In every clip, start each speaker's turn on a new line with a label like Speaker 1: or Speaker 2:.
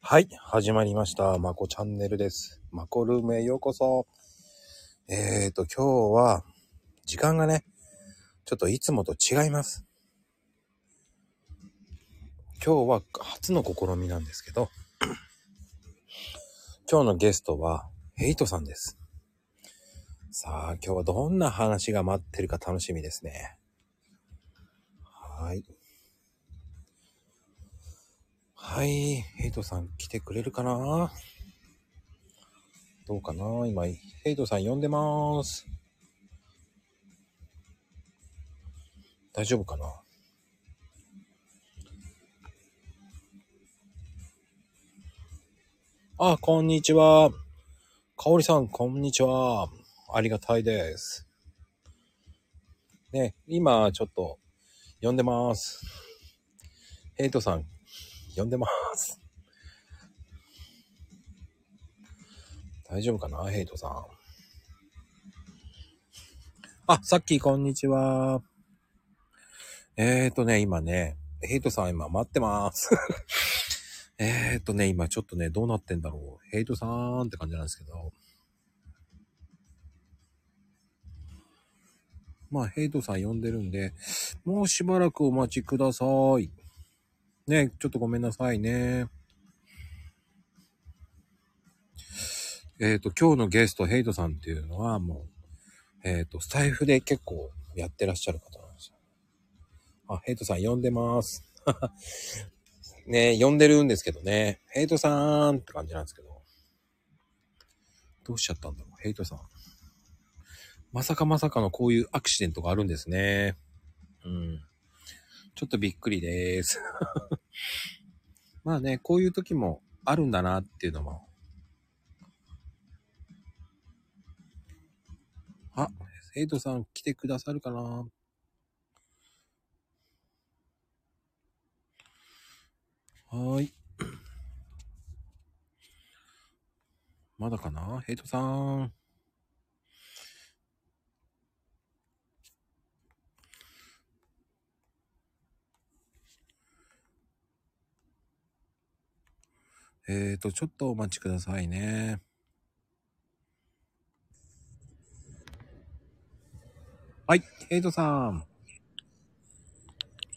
Speaker 1: はい、始まりました。まこチャンネルです。まこルームへようこそ。えーと、今日は、時間がね、ちょっといつもと違います。今日は初の試みなんですけど、 今日のゲストは、ヘイトさんです。さあ、今日はどんな話が待ってるか楽しみですね。はい。はい、ヘイトさん来てくれるかなどうかな今、ヘイトさん呼んでまーす。大丈夫かなあ、こんにちは。かおりさん、こんにちは。ありがたいです。ね、今、ちょっと、呼んでます。ヘイトさん、呼んでます。大丈夫かなヘイトさん。あ、さっきこんにちは。えーとね、今ね、ヘイトさん今待ってます。 えーとね、今ちょっとね、どうなってんだろう。ヘイトさんって感じなんですけど。まあ、ヘイトさん呼んでるんで、もうしばらくお待ちください。ね、ちょっとごめんなさいね。えっ、ー、と、今日のゲスト、ヘイトさんっていうのは、もう、えっ、ー、と、スタイフで結構やってらっしゃる方なんですよ。あ、ヘイトさん呼んでます。 ね、呼んでるんですけどね。ヘイトさんって感じなんですけど。どうしちゃったんだろう、ヘイトさん。まさかまさかのこういうアクシデントがあるんですね。うん。ちょっとびっくりですまあね、こういう時もあるんだなっていうのも。あ、生徒さん来てくださるかなはーい。まだかなヘイトさん。えっ、ー、と、ちょっとお待ちくださいね。はい、ヘイトさん。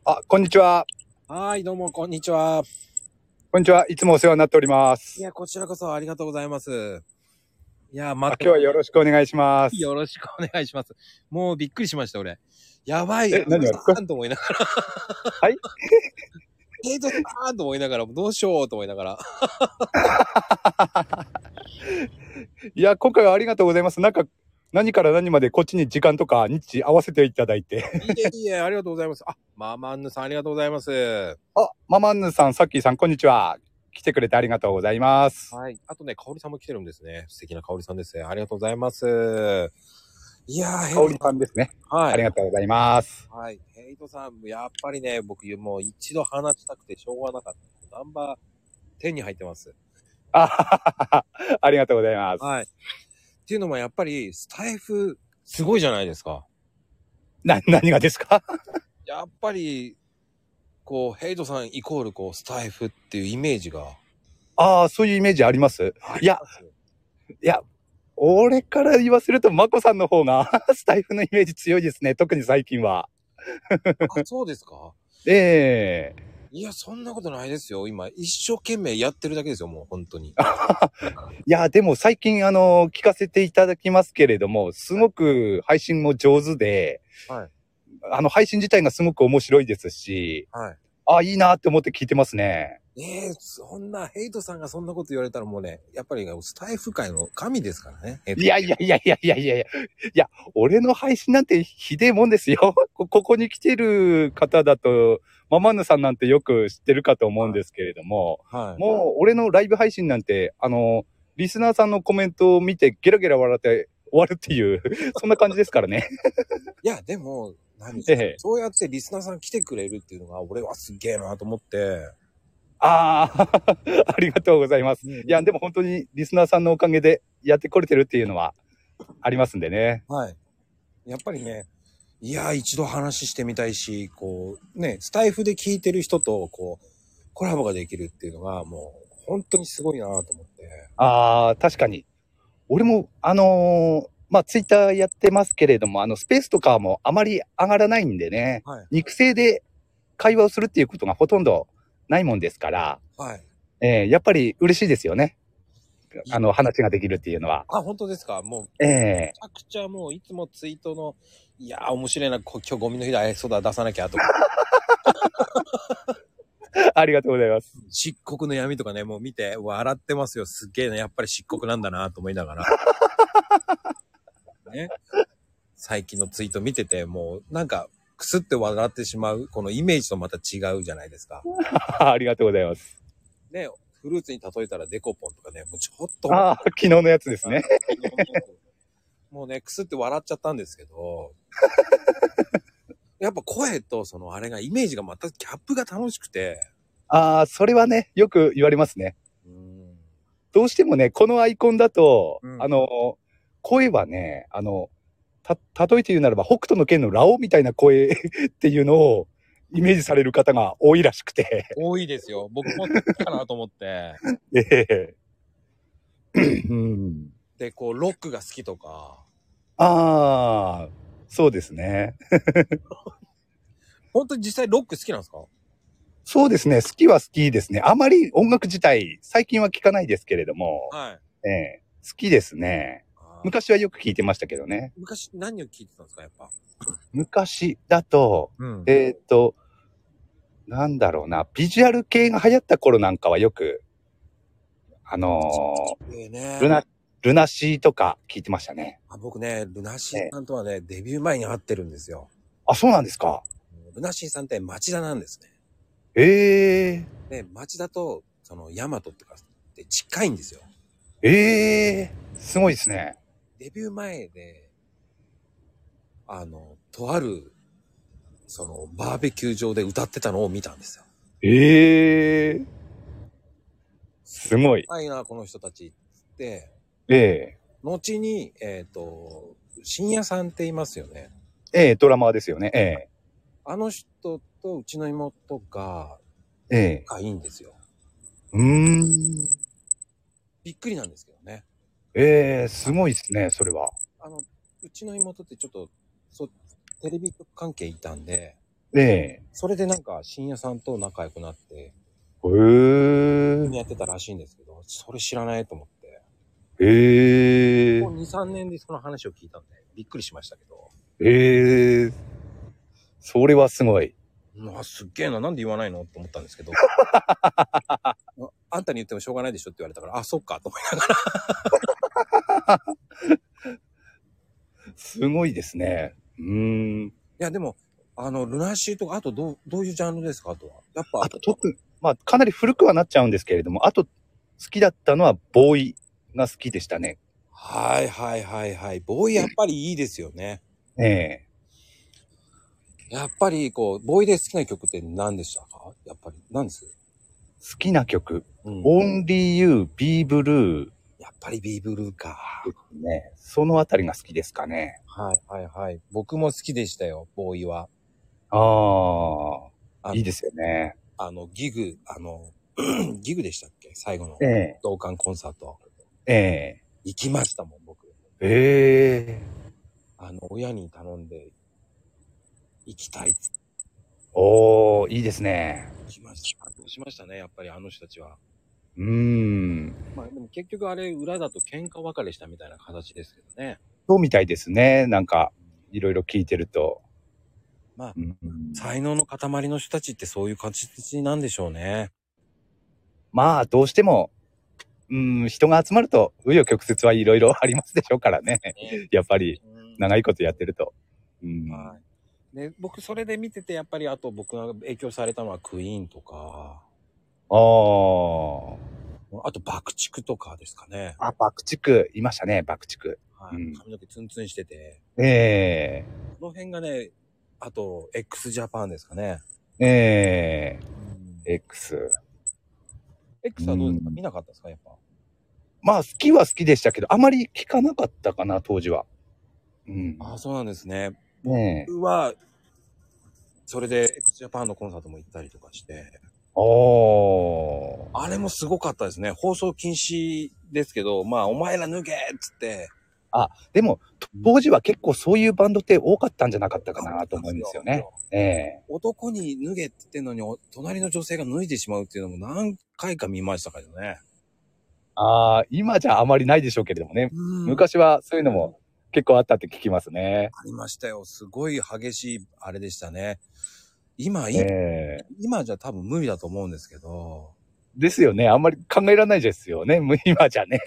Speaker 2: あ、こんにちは。
Speaker 1: はい、どうも、こんにちは。
Speaker 2: こんにちは。いつもお世話になっております。
Speaker 1: いや、こちらこそありがとうございます。いや、
Speaker 2: まあ、今日はよろしくお願いします。
Speaker 1: よろしくお願いします。もうびっくりしました、俺。やばい。
Speaker 2: え、何が
Speaker 1: と思いながら。
Speaker 2: はい
Speaker 1: ヘイトさんと思いながら、どうしようと思いながら。
Speaker 2: いや、今回はありがとうございます。なんか、何から何までこっちに時間とか日合わせていただいて。
Speaker 1: いえいえ、ありがとうございます。あ、ママンヌさんありがとうございます。
Speaker 2: あ、ママンヌさん、さっきーさん、こんにちは。来てくれてありがとうございます。
Speaker 1: はい。あとね、かおりさんも来てるんですね。素敵なかおりさんです。ありがとうございます。いや
Speaker 2: ー、香りさんですね。はい。ありがとうございます。
Speaker 1: はい。ヘイトさん、やっぱりね、僕、もう一度話したくてしょうがなかった。ナンバー10に入ってます。
Speaker 2: あありがとうございます。
Speaker 1: はい。っていうのも、やっぱり、スタイフ、すごいじゃないですか。
Speaker 2: な、何がですか
Speaker 1: やっぱり、こう、ヘイトさんイコール、こう、スタイフっていうイメージが。
Speaker 2: ああ、そういうイメージありますいや、いや、俺から言わせると、まこさんの方がスタイフのイメージ強いですね。特に最近は。
Speaker 1: あそうですか
Speaker 2: ええ
Speaker 1: ー、いや、そんなことないですよ。今、一生懸命やってるだけですよ、もう、本当に。
Speaker 2: いや、でも最近、あの、聞かせていただきますけれども、すごく配信も上手で、
Speaker 1: はい、
Speaker 2: あの、配信自体がすごく面白いですし、
Speaker 1: はい、
Speaker 2: あ、いいなって思って聞いてますね。
Speaker 1: ええー、そんな、ヘイトさんがそんなこと言われたらもうね、やっぱりスタイフ界の神ですからね。
Speaker 2: いやいやいやいやいやいやいや、いや、俺の配信なんてひでえもんですよ。 ここに来てる方だと、ママンヌさんなんてよく知ってるかと思うんですけれども、
Speaker 1: はいはい、
Speaker 2: もう俺のライブ配信なんて、あの、リスナーさんのコメントを見てゲラゲラ笑って終わるっていう、そんな感じですか らね。
Speaker 1: いや、でも、何、ええ、そうやってリスナーさん来てくれるっていうのが、俺はすげえなと思って。
Speaker 2: ああ、 ありがとうございます。いや、でも本当にリスナーさんのおかげでやってこれてるっていうのはありますんでね。
Speaker 1: はい。やっぱりね、いや、一度話してみたいし、こう、ね、スタイフで聞いてる人と、こう、コラボができるっていうのが、もう、本当にすごいなと思って。
Speaker 2: ああ、確かに。俺も、あのーまあ、ツイッターやってますけれども、あの、スペースとかもあまり上がらないんでね、
Speaker 1: はい。
Speaker 2: 肉声で会話をするっていうことがほとんどないもんですから、
Speaker 1: はい。
Speaker 2: えーやっぱり嬉しいですよね。あの、話ができるっていうのは。
Speaker 1: あ、本当ですかもう、
Speaker 2: え
Speaker 1: め
Speaker 2: え
Speaker 1: ちゃくちゃもう、いつもツイートの、いやー、面白いな、こ今日ゴミの日だ、え、そうだ、出さなきゃ、とか、
Speaker 2: ありがとうございます。
Speaker 1: 漆黒の闇とかね、もう見て、笑ってますよ。すっげえな、やっぱり漆黒なんだな、と思いながら。ね。最近のツイート見てて、もう、なんか、くすって笑ってしまう、このイメージとまた違うじゃないですか。
Speaker 2: ありがとうございます。
Speaker 1: ね、フルーツに例えたらデコポンとかね、もうちょっと、
Speaker 2: ああ、昨日のやつですね。
Speaker 1: もうね、くすって笑っちゃったんですけど、やっぱ声とそのあれがイメージがまたギャップが楽しくて、
Speaker 2: ああ、それはね、よく言われますね。
Speaker 1: うん
Speaker 2: どうしてもね、このアイコンだと、
Speaker 1: うん
Speaker 2: あの、声はね、あの、た、例えて言うならば、北斗の剣のラオウみたいな声 っていうのをイメージされる方が多いらしくて。
Speaker 1: 多いですよ。僕もかなと思って。
Speaker 2: ええうん
Speaker 1: で、こう、ロックが好きとか、
Speaker 2: ああ、そうですね。
Speaker 1: 本当に実際ロック好きなんですか
Speaker 2: そうですね。好きは好きですね。あまり音楽自体、最近は聞かないですけれども、
Speaker 1: はい。
Speaker 2: ええ好きですね。
Speaker 1: あー
Speaker 2: 昔はよく聞いてましたけどね。
Speaker 1: 昔何を聞いてたんですか、やっぱ。
Speaker 2: 昔だと、
Speaker 1: うん
Speaker 2: えーっ、と、なんだろうな、ビジュアル系が流行った頃なんかはよく、あの
Speaker 1: ええね
Speaker 2: ー、ルナ、ルナシーとか聞いてましたね。
Speaker 1: あ僕ね、ルナシーさんとはね、デビュー前に会ってるんですよ。
Speaker 2: あ、そうなんですか。
Speaker 1: ルナシーさんって町田なんですね。
Speaker 2: え
Speaker 1: で、町田と、その、ヤマトとかって近いんですよ。
Speaker 2: えええすごいですね。
Speaker 1: デビュー前で、あの、とある、その、バーベキュー場で歌ってたのを見たんですよ。
Speaker 2: ええすごい。
Speaker 1: あいな、この人たち。って、
Speaker 2: え
Speaker 1: 後に、えっ、と、深夜さんっていますよね。
Speaker 2: えええドラマーですよね。ええ
Speaker 1: あの人とうちの妹が、
Speaker 2: ええ
Speaker 1: がいいんですよ。
Speaker 2: うーん。
Speaker 1: びっくりなんですけどね。
Speaker 2: ええすごいですね、それは。
Speaker 1: あの、うちの妹ってちょっと、そテレビ局関係いたんで、
Speaker 2: ええ
Speaker 1: それでなんか深夜さんと仲良くなって、
Speaker 2: え
Speaker 1: やってたらしいんですけど、それ知らないと思って。
Speaker 2: えええ
Speaker 1: もう2、3年でその話を聞いたんで、びっくりしましたけど。
Speaker 2: ええそれはすごい。
Speaker 1: うんあ、すっげえな、なんで言わないのって思ったんですけ ど。ああんたに言ってもしょうがないでしょって言われたから、あ、そっか、と思いながら。
Speaker 2: すごいですね。うーん。
Speaker 1: いや、でも、あの、ルナシーとか、あとどう、どういうジャンルですかあとは。やっぱ、
Speaker 2: あと特、まあかなり古くはなっちゃうんですけれども、あと好きだったのはボーイが好きでしたね。
Speaker 1: はいはいはいはい。ボーイやっぱりいいですよね。
Speaker 2: え
Speaker 1: やっぱり、こう、ボーイで好きな曲って何でしたかやっぱり、何です
Speaker 2: え好きな曲、
Speaker 1: うん。
Speaker 2: Only You, Be Blue
Speaker 1: やっぱりビーブルーか。
Speaker 2: ですね。そのあたりが好きですかね。
Speaker 1: はいはいはい。僕も好きでしたよ、ボーイは。
Speaker 2: あ
Speaker 1: あ
Speaker 2: あ、いいですよね。
Speaker 1: あの、ギグ、あの、 ギグでしたっけ最後の
Speaker 2: ええ
Speaker 1: 同感コンサート。
Speaker 2: ええ
Speaker 1: 行きましたもん、僕。
Speaker 2: ええ
Speaker 1: あの、親に頼んで、行きたいっつって
Speaker 2: おー、いいですね。
Speaker 1: 行きました。感動しましたね、やっぱりあの人たちは。
Speaker 2: うーん。
Speaker 1: まあでも結局あれ、裏だと喧嘩別れしたみたいな形ですけどね。
Speaker 2: そうみたいですね。なんか、いろいろ聞いてると。
Speaker 1: まあ
Speaker 2: うん
Speaker 1: 才能の塊の人たちってそういう形なんでしょうね。
Speaker 2: まあ、どうしても、うん、人が集まると、紆余曲折はいろいろありますでしょうからね。 やっぱり、
Speaker 1: な
Speaker 2: 長いことやってると。うん。
Speaker 1: はい。で、僕それで見てて、やっぱりあと僕が影響されたのはクイーンとか、
Speaker 2: あー
Speaker 1: あと爆竹とかですかね。
Speaker 2: あ、爆竹、いましたね、爆竹。
Speaker 1: はい
Speaker 2: うん
Speaker 1: 髪の毛ツンツンしてて。
Speaker 2: え
Speaker 1: この辺がね、あと、x ジャパンですかね。
Speaker 2: えええ X。
Speaker 1: X はどうですか
Speaker 2: うん
Speaker 1: 見なかったですかやっぱ。
Speaker 2: まあ、好きは好きでしたけど、あまり聞かなかったかな、当時は。うん。
Speaker 1: ああ、そうなんですね。
Speaker 2: ねえ。
Speaker 1: 僕は、それで x ジャパンのコンサートも行ったりとかして、
Speaker 2: あおー。
Speaker 1: あれもすごかったですね。放送禁止ですけど、まあ、お前ら脱げっつって、
Speaker 2: でも、当時は結構そういうバンドって多かったんじゃなかったかなと思うんですよね。。ええ
Speaker 1: 男に脱げって言ってんのに、お隣の女性が脱いでしまうっていうのも何回か見ましたからね。
Speaker 2: ああ、今じゃあまりないでしょうけれどもね。
Speaker 1: 昔
Speaker 2: 昔はそういうのも結構あったって聞きますね。
Speaker 1: ありましたよ。すごい激しい、あれでしたね。今、い
Speaker 2: ええ
Speaker 1: 今じゃ多分無理だと思うんですけど、
Speaker 2: ですよね。あんまり考えられないですよね。も う今じゃね。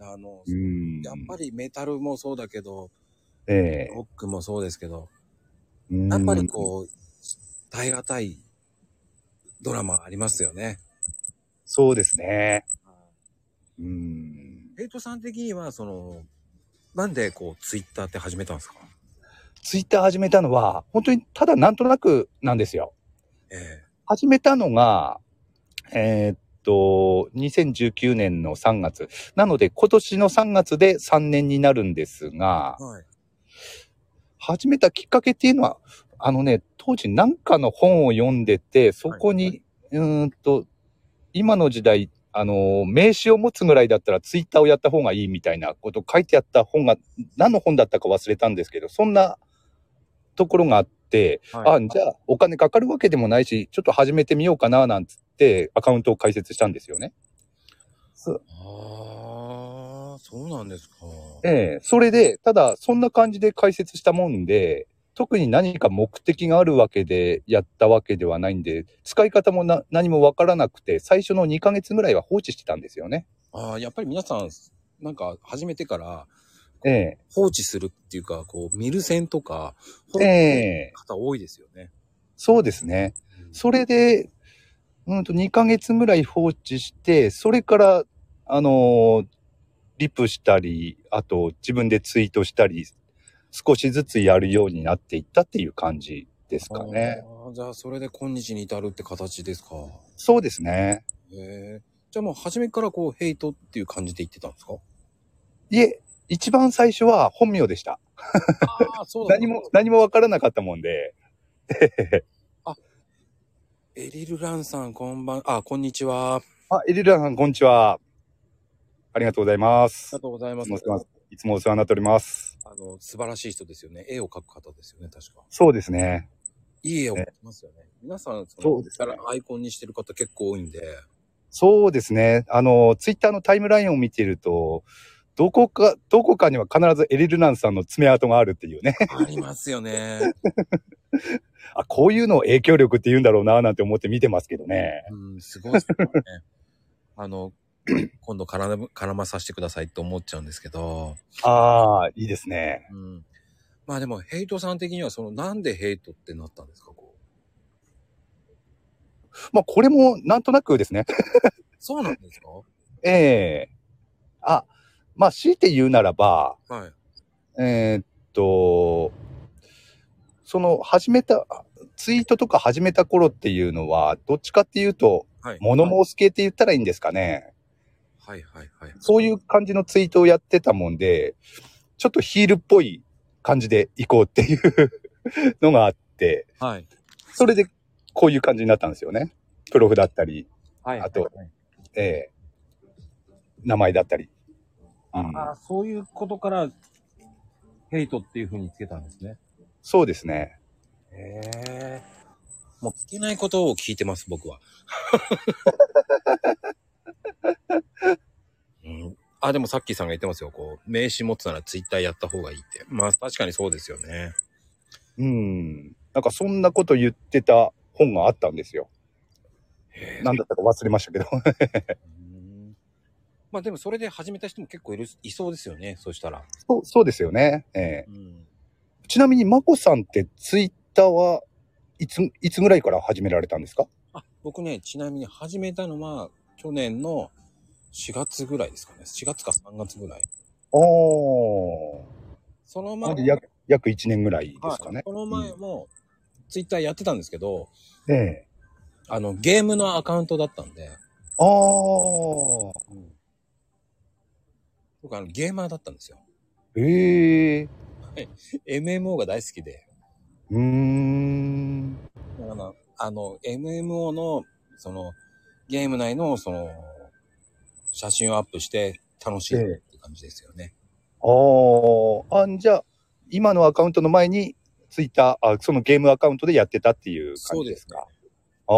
Speaker 1: あの、
Speaker 2: ん
Speaker 1: やっぱりメタルもそうだけど、
Speaker 2: え
Speaker 1: ロックもそうですけど、
Speaker 2: え
Speaker 1: やっぱりこう、耐え難いドラマありますよね。
Speaker 2: うんそうですね。うん。
Speaker 1: ヘイトさん的には、その、なんでこう、ツイッターって始めたんですか
Speaker 2: ツイッター始めたのは、本当にただなんとなくなんですよ。
Speaker 1: え
Speaker 2: 始めたのが、えーっと、2019年の3月。なので、今年の3月で3年になるんですが
Speaker 1: え、はい。
Speaker 2: 始めたきっかけっていうのは、あのね、当時何かの本を読んでて、そこ
Speaker 1: は
Speaker 2: に、うーんと、今の時代、あの、名刺を持つぐらいだったらツイッターをやった方がいいみたいなこと書いてあった本が、何の本だったか忘れたんですけど、そんなところがあって、
Speaker 1: はい、
Speaker 2: あ、じゃあお金かかるわけでもないし、ちょっと始めてみようかな、なんつってアカウントを開設したんですよね。
Speaker 1: ああ、そうなんですか。
Speaker 2: ええ、それで、ただ、そんな感じで解説したもんで、特に何か目的があるわけでやったわけではないんで、使い方もな何もわからなくて、最初の2ヶ月ぐらいは放置してたんですよね。
Speaker 1: ああ、やっぱり皆さん、なんか始めてから
Speaker 2: え
Speaker 1: 放置するっていうか、こう、見る線とか、放
Speaker 2: え、え
Speaker 1: 置する
Speaker 2: え、
Speaker 1: 方多いですよね。
Speaker 2: そうですね。それで、うんと2ヶ月ぐらい放置して、それから、あのーリプしたり、あと自分でツイートしたり、少しずつやるようになっていったっていう感じですかね。
Speaker 1: あー。じゃあ、それで今日に至るって形ですか。
Speaker 2: そうですね。
Speaker 1: へえ。じゃあもう初めからこう、ヘイトっていう感じで言ってたんですか
Speaker 2: いえ、一番最初は本名でした。
Speaker 1: ああ、そ
Speaker 2: 何も、何もわからなかったもんで。
Speaker 1: エリル・ランさん、こんばん、あ、こんにちは。あ
Speaker 2: あ、エリラさん、こんにちは。ありがとうございます
Speaker 1: りが。とうございま
Speaker 2: い
Speaker 1: す
Speaker 2: つも。お世話いつもお世話になっております。
Speaker 1: あの、素晴らしい人ですよね。絵を描く方ですよね、確か。
Speaker 2: そうですね。
Speaker 1: いい絵を描きますよね。皆さん、そ
Speaker 2: そう
Speaker 1: の、
Speaker 2: ですね
Speaker 1: アイコンにしてる方結構多いんで。
Speaker 2: そうですね。あの、ツイッターのタイムラインを見てると、どこか、どこかには必ずエリルランさんの爪痕があるっていうね。
Speaker 1: ありますよね。
Speaker 2: あ、こういうのを影響力って言うんだろうな、なんて思って見てますけどね。
Speaker 1: うん、すごいですよね。あの、今度絡む絡まさせてくださいって思っちゃうんですけど。
Speaker 2: ああ、いいですね。
Speaker 1: うん。まあでも、ヘイトさん的には、その、なんでヘイトってなったんですか、こう。
Speaker 2: まあ、これもなんとなくですね。
Speaker 1: そうなんですか
Speaker 2: ええあ、まあ、強いて言うならば、
Speaker 1: はい。
Speaker 2: えーっと、その始めた、ツイートとか始めた頃っていうのは、どっちかっていうと、
Speaker 1: はい。
Speaker 2: 物申す系って言ったらいいんですかね。
Speaker 1: はいはいはい。
Speaker 2: そういう感じのツイートをやってたもんで、ちょっとヒールっぽい感じで行こうっていうのがあって、
Speaker 1: はい。
Speaker 2: それでこういう感じになったんですよね。プロフだったり、
Speaker 1: はい。
Speaker 2: あとえー名前だったり。うん
Speaker 1: ああ、そういうことから、ヘイトっていう風につけたんですね。
Speaker 2: そうですね。
Speaker 1: へえ。もう聞けないことを聞いてます、僕 は。うん、あ、でもさっきさんが言ってますよ。こう、名刺持つならツイッターやった方がいいって。まあ確かにそうですよね。
Speaker 2: うん。なんかそんなこと言ってた本があったんですよ。
Speaker 1: へ
Speaker 2: 何だったか忘れましたけど。
Speaker 1: うんまあでもそれで始めた人も結構いる、いそうですよね。そうしたら。
Speaker 2: そうそうですよね。ええ
Speaker 1: うん。
Speaker 2: ちなみに、まこさんってツイッターはいつ、いつぐらいから始められたんですか
Speaker 1: あ、僕ね、ちなみに始めたのは去年の4月ぐらいですかね。4月か3月ぐらい。
Speaker 2: ああ。
Speaker 1: その
Speaker 2: な
Speaker 1: 前
Speaker 2: んで約、約1年ぐらいですか
Speaker 1: はい
Speaker 2: ね。
Speaker 1: この前も、ツイッターやってたんですけど、
Speaker 2: ええ
Speaker 1: あの、ゲームのアカウントだったんで、
Speaker 2: ああ。
Speaker 1: 僕あの、ゲーマーだったんですよ。
Speaker 2: ええ
Speaker 1: MMO が大好きで、
Speaker 2: うーん。
Speaker 1: だからあの、MMO の、その、ゲーム内の、その、写真をアップして楽しいって感じですよね。
Speaker 2: ああ、あ、じゃあ、今のアカウントの前に、ツイッター、あ、そのゲームアカウントでやってたっていう感じですか。ああ。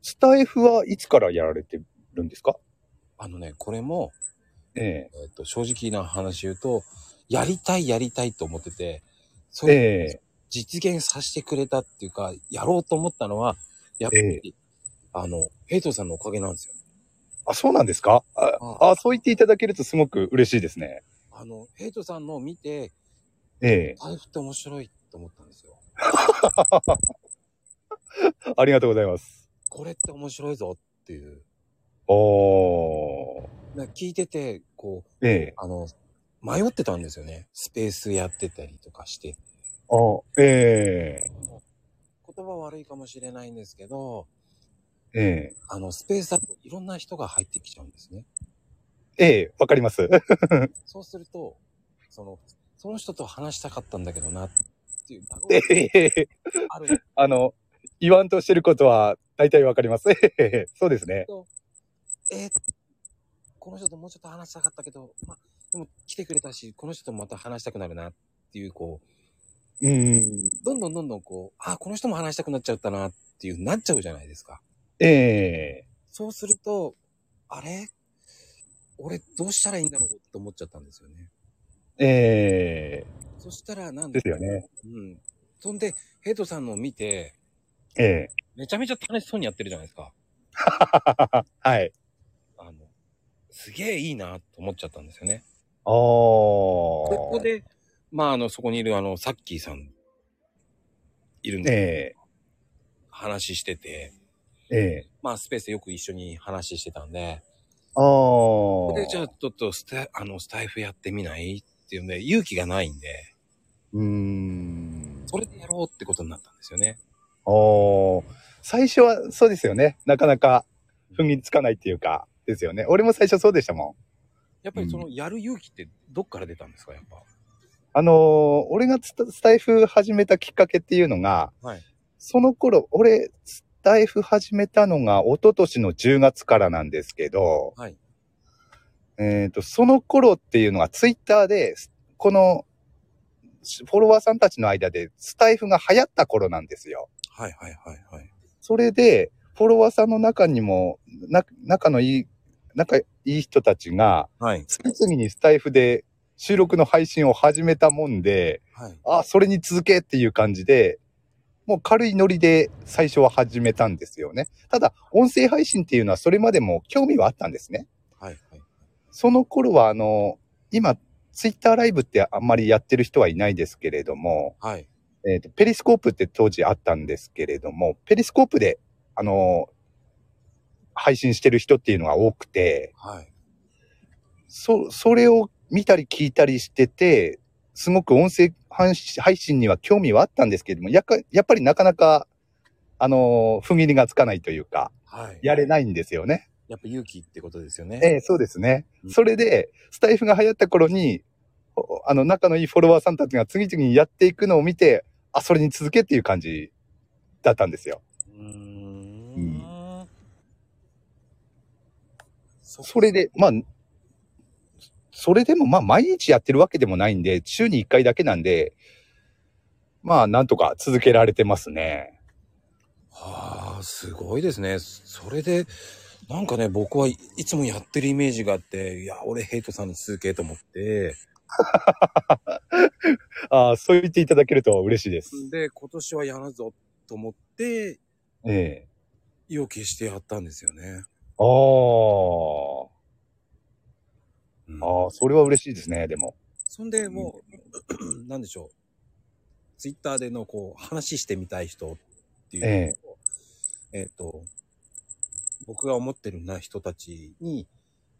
Speaker 2: スタイフはいつからやられてるんですか
Speaker 1: あのね、これも、
Speaker 2: え
Speaker 1: えっと、正直な話言うと、やりたいやりたいと思ってて、そ
Speaker 2: え。え
Speaker 1: れ
Speaker 2: え。
Speaker 1: 実現させてくれたっていうか、やろうと思ったのは、やっぱ
Speaker 2: え
Speaker 1: り、あの、ヘイトさんのおかげなんですよ。
Speaker 2: あ、そうなんですかあ
Speaker 1: あ
Speaker 2: あ、そう言っていただけるとすごく嬉しいですね。
Speaker 1: あの、ヘイトさんのを見て、
Speaker 2: ええ。
Speaker 1: 財布って面白いと思ったんですよ。
Speaker 2: ありがとうございます。
Speaker 1: これって面白いぞっていう。
Speaker 2: おー。
Speaker 1: な聞いてて、こう、
Speaker 2: ええ。
Speaker 1: あの、迷ってたんですよね。スペースやってたりとかして。
Speaker 2: あええ。
Speaker 1: 言葉悪いかもしれないんですけど、
Speaker 2: ええ。
Speaker 1: あの、スペースだといろんな人が入ってきちゃうんですね。
Speaker 2: ええ、わかります。
Speaker 1: そうすると、その、その人と話したかったんだけどなっていう、
Speaker 2: ええ。
Speaker 1: ある
Speaker 2: あの、言わんとしてることは大体わかります。 ええ。そうですね。
Speaker 1: えーこの人ともうちょっと話したかったけど、まあ、でも来てくれたし、この人とまた話したくなるなっていう、こう、
Speaker 2: うん。
Speaker 1: どんどんどんどんこう、あ、この人も話したくなっちゃったなっていう、なっちゃうじゃないですか。
Speaker 2: ええ。
Speaker 1: そうすると、あれ俺どうしたらいいんだろうって思っちゃったんですよね。
Speaker 2: ええ。
Speaker 1: そしたら、なん
Speaker 2: ですよね。
Speaker 1: うん。そんで、ヘイトさんのを見て、
Speaker 2: ええ。
Speaker 1: めちゃめちゃ楽しそうにやってるじゃないですか。
Speaker 2: はい。
Speaker 1: あの、すげえいいなと思っちゃったんですよね。
Speaker 2: ああ。こ
Speaker 1: ここ。で、まあ、あの、そこにいるあの、サッキーさん、いるんで、
Speaker 2: え
Speaker 1: 話してて、
Speaker 2: え。ええ。
Speaker 1: まあ、スペースでよく一緒に話してたんで、
Speaker 2: ああ。
Speaker 1: これじゃあちょっとスタあのスタイフやってみないっていうんで勇気がないんで
Speaker 2: うーん。
Speaker 1: それでやろうってことになったんですよね
Speaker 2: おー最初はそうですよね。なかなか踏みつかないっていうか、ですよね。俺も最初そうでしたもん。
Speaker 1: やっぱりそのやる勇気ってどっから出たんですかやっぱ
Speaker 2: あのー俺がスタスタイフ始めたきっかけっていうのが、
Speaker 1: はい
Speaker 2: その頃、俺、スタイフ始めたのが一昨年の10月からなんですけど、
Speaker 1: はい
Speaker 2: えっ、と、その頃っていうのがツイッターで、この、フォロワーさんたちの間でスタイフが流行った頃なんですよ。
Speaker 1: はいはいはいはい
Speaker 2: それで、フォロワーさんの中にも、な、仲のいい、仲いい人たちが、
Speaker 1: はい
Speaker 2: 次々にスタイフで収録の配信を始めたもんで、
Speaker 1: はい
Speaker 2: あ、それに続けっていう感じで、もう軽いノリで最初は始めたんですよね。ただ、音声配信っていうのはそれまでも興味はあったんですね。
Speaker 1: はいはい
Speaker 2: その頃は、あの、今、ツイッターライブってあんまりやってる人はいないですけれども、
Speaker 1: はい
Speaker 2: えっ、と、ペリスコープって当時あったんですけれども、ペリスコープで、あのー配信してる人っていうのが多くて、
Speaker 1: はい
Speaker 2: そ、それを見たり聞いたりしてて、すごく音声配配信には興味はあったんですけれども、やかやっぱりなかなか、あのー踏ん切りがつかないというか、
Speaker 1: はい
Speaker 2: やれ
Speaker 1: い
Speaker 2: ないんですよね。
Speaker 1: やっぱ勇気ってことですよね
Speaker 2: ええそうですね
Speaker 1: う。ん
Speaker 2: それで、スタイフが流行った頃に、おあの、仲のいいフォロワーさんたちが次々にやっていくのを見て、あ、それに続けっていう感じだったんですよ。
Speaker 1: うーんそ
Speaker 2: それで、まあ、それでもまあ毎日やってるわけでもないんで、週に1回だけなんで、まあなんとか続けられてますね。
Speaker 1: はあすごいですねそれでなんかね僕はいいつもやってるイメージがあっていや俺ヘイトさんの続けと思って
Speaker 2: ああ、そう言っていただけると嬉しいです。
Speaker 1: で、今年はやらぞと思って、
Speaker 2: ええ。
Speaker 1: 意を決してやったんですよね。
Speaker 2: ああ、
Speaker 1: うん
Speaker 2: ああ、それは嬉しいですね、でも。
Speaker 1: そんでもう、 なんでしょう。ツイッターでのこう、話してみたい人っていう、
Speaker 2: え
Speaker 1: えっ、と、僕が思ってるな人たちに、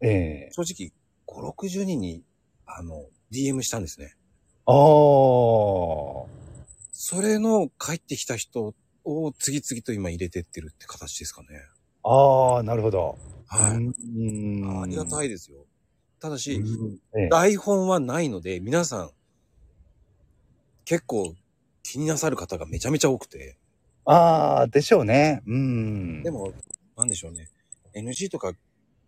Speaker 2: ええ。
Speaker 1: 正直、5、60人に、あの、DM したんですね。
Speaker 2: ああ、
Speaker 1: それの帰ってきた人を次々と今入れてってるって形ですかね。
Speaker 2: ああ、なるほど。
Speaker 1: はい。
Speaker 2: うん
Speaker 1: ありがた
Speaker 2: い。
Speaker 1: いですよ。ただし、
Speaker 2: うんええ
Speaker 1: 台本はないので、皆さん、結構気になさる方がめちゃめちゃ多くて、
Speaker 2: ああ、でしょうね。うん。
Speaker 1: で、も、なんでしょうね。NG とか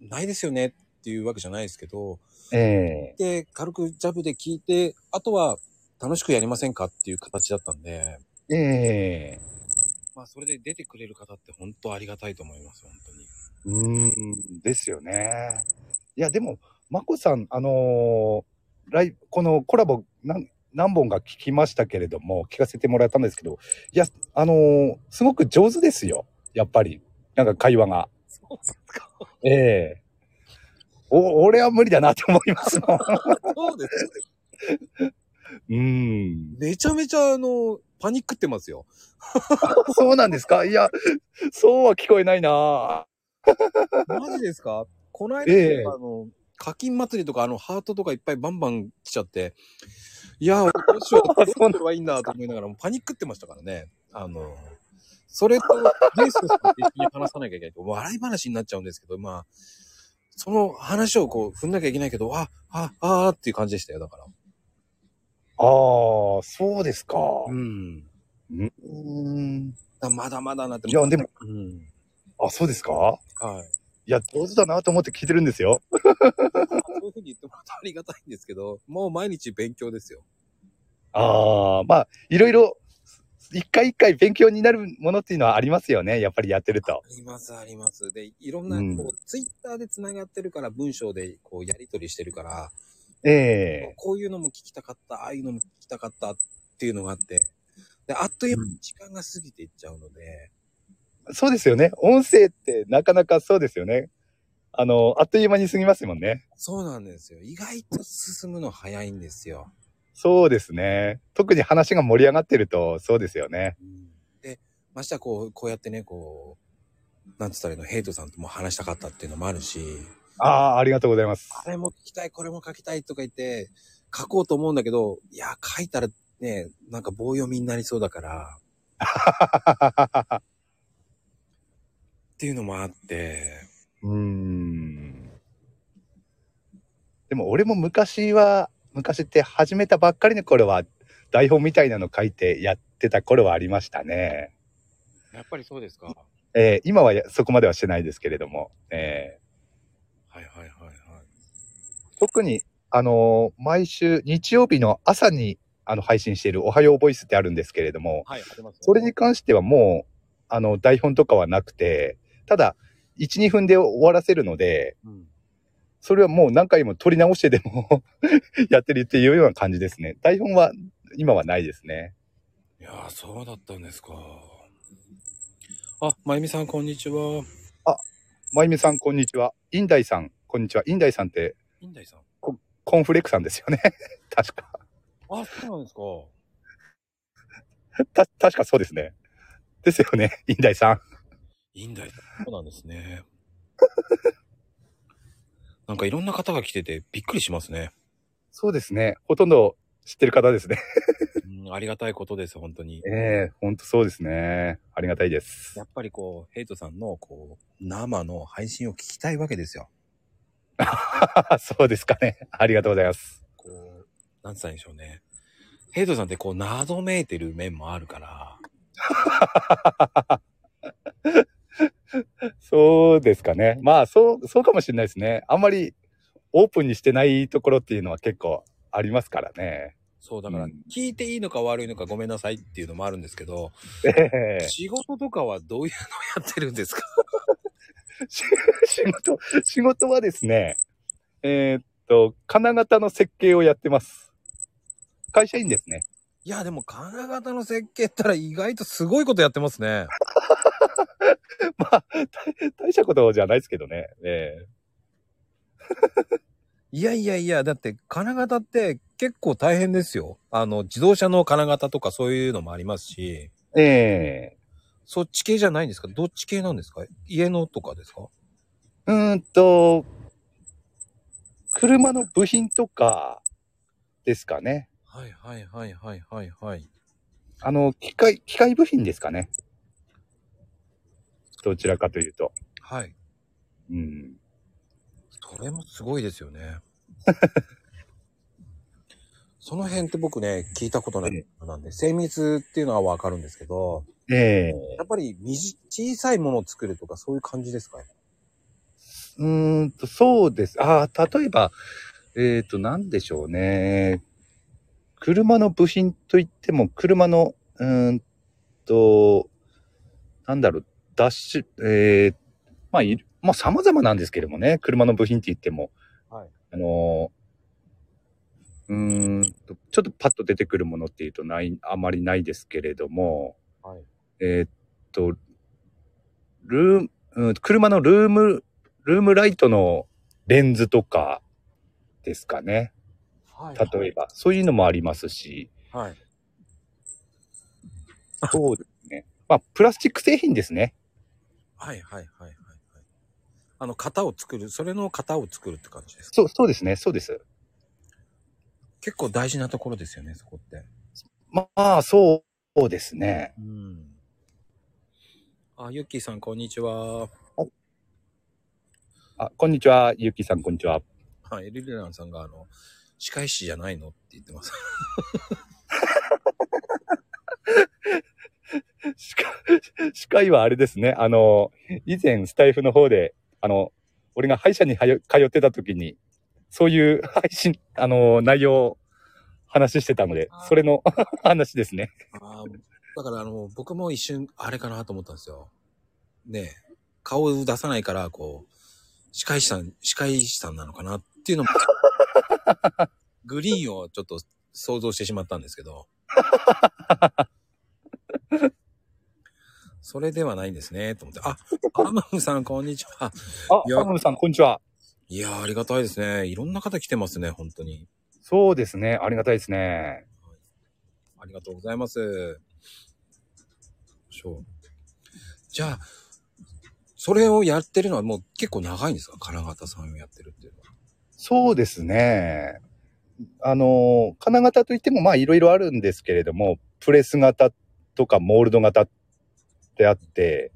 Speaker 1: ないですよねっていうわけじゃないですけど、
Speaker 2: ええ
Speaker 1: で、軽くジャブで聞いて、あとは楽しくやりませんかっていう形だったんで、
Speaker 2: ええ
Speaker 1: まあそれで出てくれる方って本当ありがたいと思います、本当に。
Speaker 2: うん、ですよね。いや、でも、まこさん、あのーライブこのコラボ何、何本か聞きましたけれども、聞かせてもらったんですけど、いや、あのーすごく上手ですよ。やっぱり。なんか会話が。
Speaker 1: そうですか。
Speaker 2: ええお、俺は無理だなと思いますもん。
Speaker 1: そうです。
Speaker 2: うん。
Speaker 1: めちゃめちゃあの、パニックってますよ。
Speaker 2: そうなんですかいや、そうは聞こえないな
Speaker 1: マジですか この間、
Speaker 2: ええ
Speaker 1: あの、課金祭りとか、あの、ハートとかいっぱいバンバン来ちゃって、いやー、どう しよう、どうすればいいんだと思いながら、もうパニックってましたからね。あの、それと、ゲストさんと一緒に話さなきゃいけないと、笑い話になっちゃうんですけど、まあ、その話をこう、踏んなきゃいけないけど、あ、あ、あーっていう感じでしたよ、だから。
Speaker 2: ああ、そうですか。
Speaker 1: うん。
Speaker 2: うん。
Speaker 1: まだまだなって。
Speaker 2: いや、でも、
Speaker 1: うん。
Speaker 2: あ、そうですか
Speaker 1: はい。
Speaker 2: いや、上手だなと思って聞いてるんですよ。
Speaker 1: そういうふうに言ってもらってありがたいんですけど、 もう毎日勉強ですよ。
Speaker 2: ああ、まあ、いろいろ、一回一回勉強になるものっていうのはありますよね。やっぱりやってる
Speaker 1: あ
Speaker 2: と。
Speaker 1: ります、あります。で、いろんな、
Speaker 2: うん
Speaker 1: こう、ツイッターで繋がってるから、文章で、こう、やりとりしてるから、
Speaker 2: ええ
Speaker 1: こういうのも聞きたかった、ああいうのも聞きたかったっていうのがあって、で、あっという間に時間が過ぎていっちゃうので、
Speaker 2: そうですよね。音声ってなかなかそうですよね。あの、あっという間に過ぎますもんね。
Speaker 1: そうなんですよ。意外と進むの早いんですよ。
Speaker 2: そうですね。特に話が盛り上がってると、そうですよね。
Speaker 1: で、ましてはこう、こうやってね、こう、なんつったらいいの、ヘイトさんとも話したかったっていうのもあるし、
Speaker 2: ああ、ありがとうございます。
Speaker 1: あれも聞きたい、これも書きたいとか言って、書こうと思うんだけど、いや、書いたらね、なんか棒読みになりそうだから、っていうのもあって、
Speaker 2: うーん。でも俺も昔は、昔って始めたばっかりの頃は、台本みたいなの書いてやってた頃はありましたね。
Speaker 1: やっぱりそうですか。は
Speaker 2: えー今はやそこまではしてないですけれども、え
Speaker 1: いはいはいはい。
Speaker 2: ー特に、あのー毎週日曜日の朝にあの配信しているおはようボイスってあるんですけれども、
Speaker 1: はい、あります、
Speaker 2: それに関してはもう、あの、台本とかはなくて、ただ、1、2分で終わらせるので、
Speaker 1: うん。
Speaker 2: それはもう何回も撮り直してでも やってるっていうような感じですね。台本は今はないですね。
Speaker 1: いやー、そうだったんですか。あ、まゆみさん、こんにちは。
Speaker 2: まゆみさん、こんにちは。インダイさん、こんにちは。インダイさんって
Speaker 1: インダイさん。
Speaker 2: コンフレックさんですよね。 確か。
Speaker 1: あ、そうなんですか。
Speaker 2: た、確かそうですね。ですよね、インダイさん。
Speaker 1: インダイさん。そうなんですね。 なんかいろんな方が来ててびっくりしますね。
Speaker 2: そうですね。ほとんど知ってる方ですね。
Speaker 1: うん、ありがたいことです、本当に。
Speaker 2: ええほんとそうですね。ありがたいです
Speaker 1: や。っぱりこう、ヘイトさんの、こう、生の配信を聞きたいわけですよ。
Speaker 2: そうですかね。ありがとうございます。
Speaker 1: こう、なんつったらいいんでしょうね。ヘイトさんってこう、謎めいてる面もあるから、
Speaker 2: そうですかね。まあ、そう、そうかもしれないですね。あんまりオープンにしてないところっていうのは結構ありますからね。
Speaker 1: そう、だから
Speaker 2: うん、
Speaker 1: 聞いていいのか悪いのかごめんなさいっていうのもあるんですけど、
Speaker 2: ええ
Speaker 1: 仕事とかはどういうのやってるんですか
Speaker 2: し仕事、仕事はですね、えーっと、金型の設計をやってます。会社員ですね。
Speaker 1: いや、でも、金型の設計ったら意外とすごいことやってますね。
Speaker 2: まあ、大大したことじゃないですけどね。ええ
Speaker 1: いやいやいや、だって、金型って結構大変ですよ。あの、自動車の金型とかそういうのもありますし、
Speaker 2: ええ
Speaker 1: そっち系じゃないんですかどっち系なんですか家のとかですか
Speaker 2: うーんと、車の部品とかですかね。
Speaker 1: はいはいはいはいはいはい。
Speaker 2: あの、機械、機械部品ですかね。どちらかというと。
Speaker 1: はい。
Speaker 2: うん。
Speaker 1: それもすごいですよ ね。その辺って僕ね、聞いたことないなんで、精密っていうのはわかるんですけど、
Speaker 2: ええ
Speaker 1: やっぱりみじ小さいものを作るとかそういう感じですかね。
Speaker 2: うーんと、そうです。ああ、例えば、えっ、と、なんでしょうね。車の部品といっても、車の、うーんと、なんだろう、ダッシュ、えー、まあ、いるまあ、様々なんですけれどもね、車の部品って言っても、
Speaker 1: はい。
Speaker 2: あのー、うーんと、ちょっとパッと出てくるものっていうとない、あまりないですけれども、
Speaker 1: はい。
Speaker 2: えーっと、ルーム、うん車のルーム、ルームライトのレンズとかですかね。
Speaker 1: はい。
Speaker 2: 例えば、そういうのもありますし、
Speaker 1: はい。
Speaker 2: そうですね。まあ、プラスチック製品ですね。
Speaker 1: はい。はい。はい。はい。はい。あの、型を作る、それの型を作るって感じですか。
Speaker 2: そう、そうですね。そうです。
Speaker 1: 結構大事なところですよね、そこって。
Speaker 2: まあ、そうですね。
Speaker 1: うん。あ、ゆっきーさん、こんにちは。
Speaker 2: あ、こんにちは。ゆきさん、こんにちは。
Speaker 1: はい。リリランさんが、あの、歯科医師じゃないのって言ってます。
Speaker 2: 司会、司会はあれですね。あの、以前スタイフの方で、あの、俺が歯医者にはよ通ってた時に、そういう 配信、あの、内容を話してたので
Speaker 1: あ、ー
Speaker 2: それの 話ですね。
Speaker 1: あーだからあの、僕も一瞬、あれかなと思ったんですよ。ねえ、顔を出さないから、こう、歯科医師さん、歯科医師さんなのかなって いうのも、グリーンをちょっと想像してしまったんですけ ど。それではないんですね、と思って。あ、アムフさん、こんにちは。
Speaker 2: あ、
Speaker 1: いや
Speaker 2: アムさん、こんにちは。
Speaker 1: いやー、ありがたいですね。いろんな方来てますね、本当に。
Speaker 2: そうですね。ありがたいですね。
Speaker 1: ありがとうございます。そう。じゃあ、それをやってるのはもう結構長いんですか金型さんをやってるっていうのは。
Speaker 2: そうですね。あの、金型といっても、まあ、いろいろあるんですけれども、プレス型とかモールド型ってあって、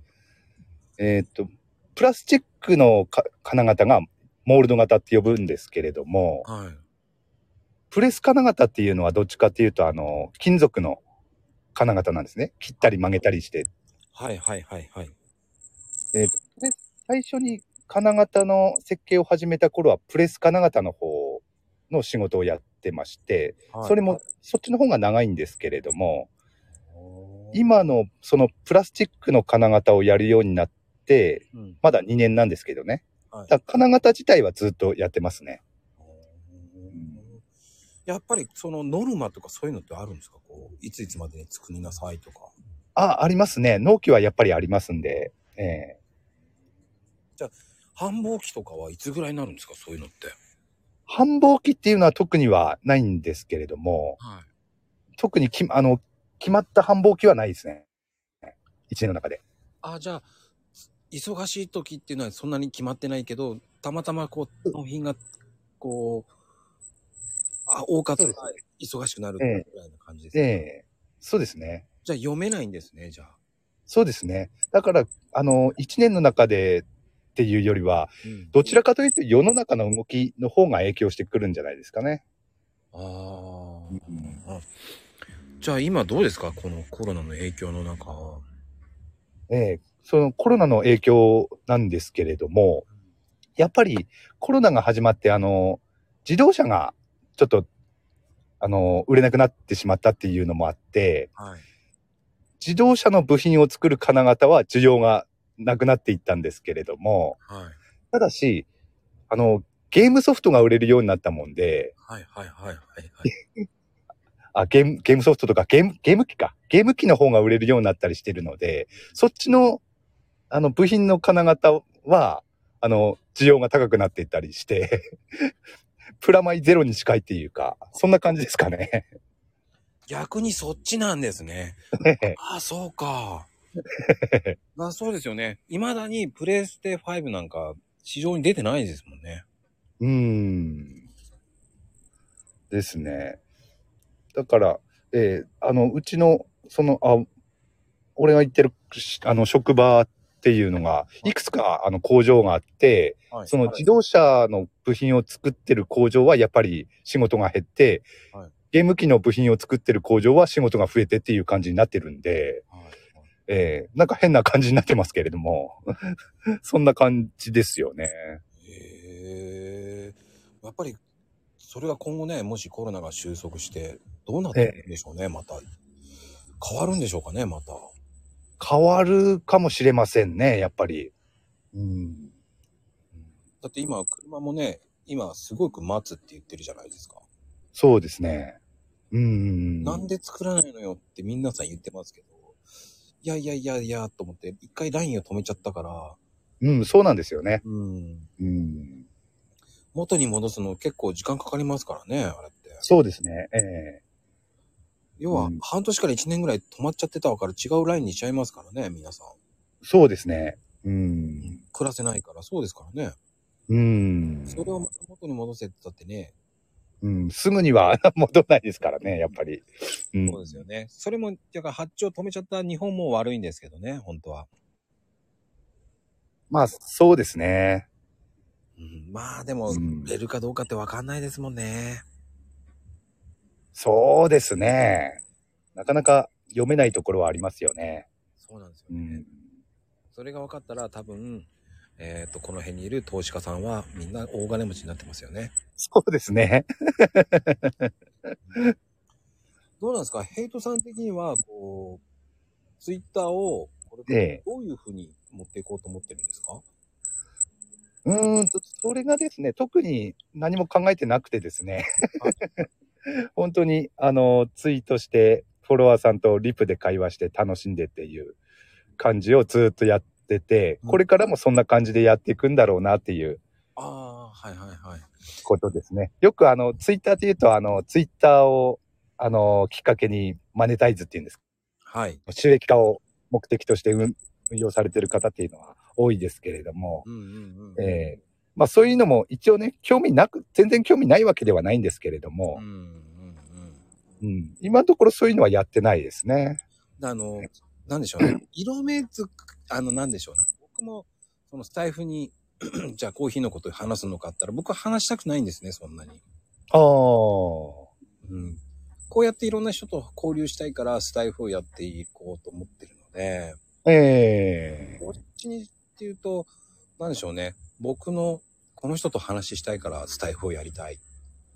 Speaker 2: えーっと、プラスチックのか金型がモールド型って呼ぶんですけれども、
Speaker 1: はい。
Speaker 2: プレス金型っていうのはどっちかっていうと、あの、金属の金型なんですね。切ったり曲げたりして。
Speaker 1: はいはいはいはい。
Speaker 2: 最初に金型の設計を始めた頃は、プレス金型の方の仕事をやってまして、
Speaker 1: はい
Speaker 2: それも、そっちの方が長いんですけれども、
Speaker 1: おー、
Speaker 2: 今のそのプラスチックの金型をやるようになって、
Speaker 1: うん
Speaker 2: まだ2年なんですけどね。
Speaker 1: はい
Speaker 2: だから金型自体はずっとやってますね。
Speaker 1: やっぱりそのノルマとかそういうのってあるんですかこう、いついつまでに作りなさいとか。
Speaker 2: あ、ありますね。納期はやっぱりありますんで。ええ
Speaker 1: 繁忙期とかはいつぐらいになるんですかそういうのって。
Speaker 2: 繁忙期っていうのは特にはないんですけれども、
Speaker 1: はい。
Speaker 2: 特にき、あの、決まった繁忙期はないですね。1年の中で。
Speaker 1: あ、じゃあ、忙しい時っていうのはそんなに決まってないけど、たまたまこう、納品が、こう、あ、多かったら忙しくなるぐらいな感じです
Speaker 2: え
Speaker 1: ね。
Speaker 2: えそうですね。
Speaker 1: じゃあ読めないんですね、じゃあ。
Speaker 2: そうですね。だから、あの、1年の中でっていうよりは、
Speaker 1: うん
Speaker 2: どちらかというと世の中の動きの方が影響してくるんじゃないですかね。
Speaker 1: あーじゃあ今どうですかこのコロナの影響の中。
Speaker 2: ええそのコロナの影響なんですけれども、やっぱりコロナが始まって、あの、自動車がちょっと、あの、売れなくなってしまったっていうのもあって、
Speaker 1: はい。
Speaker 2: 自動車の部品を作る金型は需要がなくなっていったんですけれども、
Speaker 1: はい。
Speaker 2: ただし、あの、ゲームソフトが売れるようになったもんで、
Speaker 1: はいはいはいはい はい。
Speaker 2: あ、ゲーム、ゲームソフトとかゲーム、ゲーム機か。ゲーム機の方が売れるようになったりしてるので、そっちの、あの、部品の金型は、あの、需要が高くなっていったりして、 プラマイゼロに近いっていうか、そんな感じですかね。
Speaker 1: 逆にそっちなんですね。
Speaker 2: ね
Speaker 1: ああ、そう か。あそうですよね。未だにプレイステ5なんか市場に出てないですもんね。
Speaker 2: うーん。ですね。だから、えーあの、うちの、その、あ、俺が行ってる、しあの、職場っていうのが、いくつか、あの、工場があって、
Speaker 1: はい
Speaker 2: その自動車の部品を作ってる工場はやっぱり仕事が減って、
Speaker 1: はい
Speaker 2: ゲーム機の部品を作ってる工場は仕事が増えてっていう感じになってるんで、
Speaker 1: はいはい
Speaker 2: えええなんか変な感じになってますけれども、 そんな感じですよね。
Speaker 1: へえやっぱり、それが今後ね、もしコロナが収束して、どうなっていくんでしょうね、また。変わるんでしょうかね、また。
Speaker 2: 変わるかもしれませんね、やっぱり。うん。
Speaker 1: だって今、車もね、今すごく待つって言ってるじゃないですか。
Speaker 2: そうですね。うん。
Speaker 1: なんで作らないのよって皆さん言ってますけど、いやいやいやいやと思って、一回ラインを止めちゃったから、
Speaker 2: うん、そうなんですよね。
Speaker 1: うん、
Speaker 2: うん。
Speaker 1: 元に戻すの結構時間かかりますからね、あれって。
Speaker 2: そうですね。ええ
Speaker 1: 要は
Speaker 2: うん、
Speaker 1: 半年から1年ぐらい止まっちゃってたから違うラインにしちゃいますからね、皆さん。
Speaker 2: そうですね。うん。
Speaker 1: 暮らせないから、そうですからね。
Speaker 2: うん。
Speaker 1: それをまた元に戻せって言ったってね、
Speaker 2: うん、すぐには 戻らないですからね、やっぱり。うん
Speaker 1: そうですよね。それも、だから発注を止めちゃった日本も悪いんですけどね、本当は。
Speaker 2: まあ、そうですね。
Speaker 1: うん、まあでも、
Speaker 2: うん
Speaker 1: 売れるかどうかってわかんないですもんね。
Speaker 2: そうですね。なかなか読めないところはありますよね。
Speaker 1: そうなんですよ
Speaker 2: う
Speaker 1: ね。
Speaker 2: ん。
Speaker 1: それが分かったら多分、えっ、と、この辺にいる投資家さんはみんな大金持ちになってますよね。
Speaker 2: そうで すね。
Speaker 1: どうなんですかヘイトさん的には、こう、ツイッターを、これから
Speaker 2: ええ
Speaker 1: どういうふうに持っていこうと思ってるんですか、
Speaker 2: うーんと、それがですね、特に何も考えてなくてですね
Speaker 1: はい。
Speaker 2: 本当に、あの、ツイートして、フォロワーさんとリプで会話して楽しんでっていう感じをずっとやってて、これからもそんな感じでやっていくんだろうなっていう
Speaker 1: ああ、はいはいはい。
Speaker 2: ことですね。よくあの、ツイッターって言うと、あの、ツイッターを、あの、きっかけにマネタイズっていうんですか。
Speaker 1: はい。
Speaker 2: 収益化を目的として運運用されてる方っていうのは多いですけれども、
Speaker 1: うんうんうん。
Speaker 2: えーまあそういうのも一応ね、興味なく、全然興味ないわけではないんですけれども
Speaker 1: うん、うんうん。
Speaker 2: うん、今のところそういうのはやってないですね。
Speaker 1: であの、なんでしょうね。色目づく、あの、なんでしょうね。僕も、そのスタイフに、 じゃあコーヒーのこと話すのかあったら、僕は話したくないんですね、そんなに。
Speaker 2: ああ、
Speaker 1: うん、こうやっていろんな人と交流したいからスタイフをやっていこうと思ってるので、
Speaker 2: ええ
Speaker 1: こっちにっていうと、なんでしょうね。僕のこの人と話したいからスタイフをやりたいっ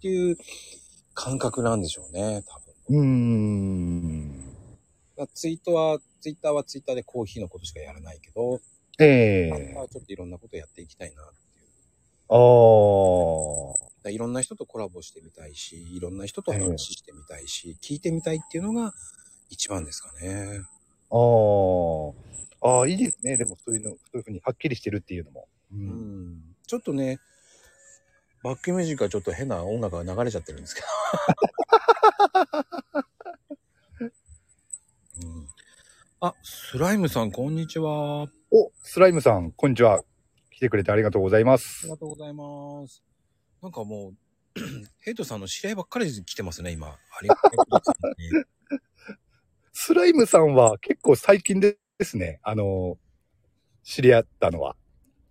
Speaker 1: ていう感覚なんでしょうね、多分。
Speaker 2: うーん、
Speaker 1: まあツイートは、ツイッターはツイッターでコーヒーのことしかやらないけど、
Speaker 2: え
Speaker 1: ま
Speaker 2: え
Speaker 1: あちょっといろんなことやっていきたいなっていう。
Speaker 2: ああ、
Speaker 1: だからいろんな人とコラボしてみたいし、いろんな人と話してみたいし、聞いてみたいっていうのが一番ですかね。
Speaker 2: あーあー、いいですね。でもそういうの、そういうふうにはっきりしてるっていうのも。うん
Speaker 1: うんちょっとね、バックミュージックはちょっと変な音楽が流れちゃってるんですけど。 うんあ、スライムさん、こんにちは。あ
Speaker 2: お、スライムさん、こんにちは。来てくれてありがとうございま
Speaker 1: り
Speaker 2: す。
Speaker 1: がとうございます。なんかもう、 ヘイトさんの知り合いばっかり来てますね、今。ありがとうござい ます。
Speaker 2: スライムさんは結構最近ですね。あの、知り合ったのは、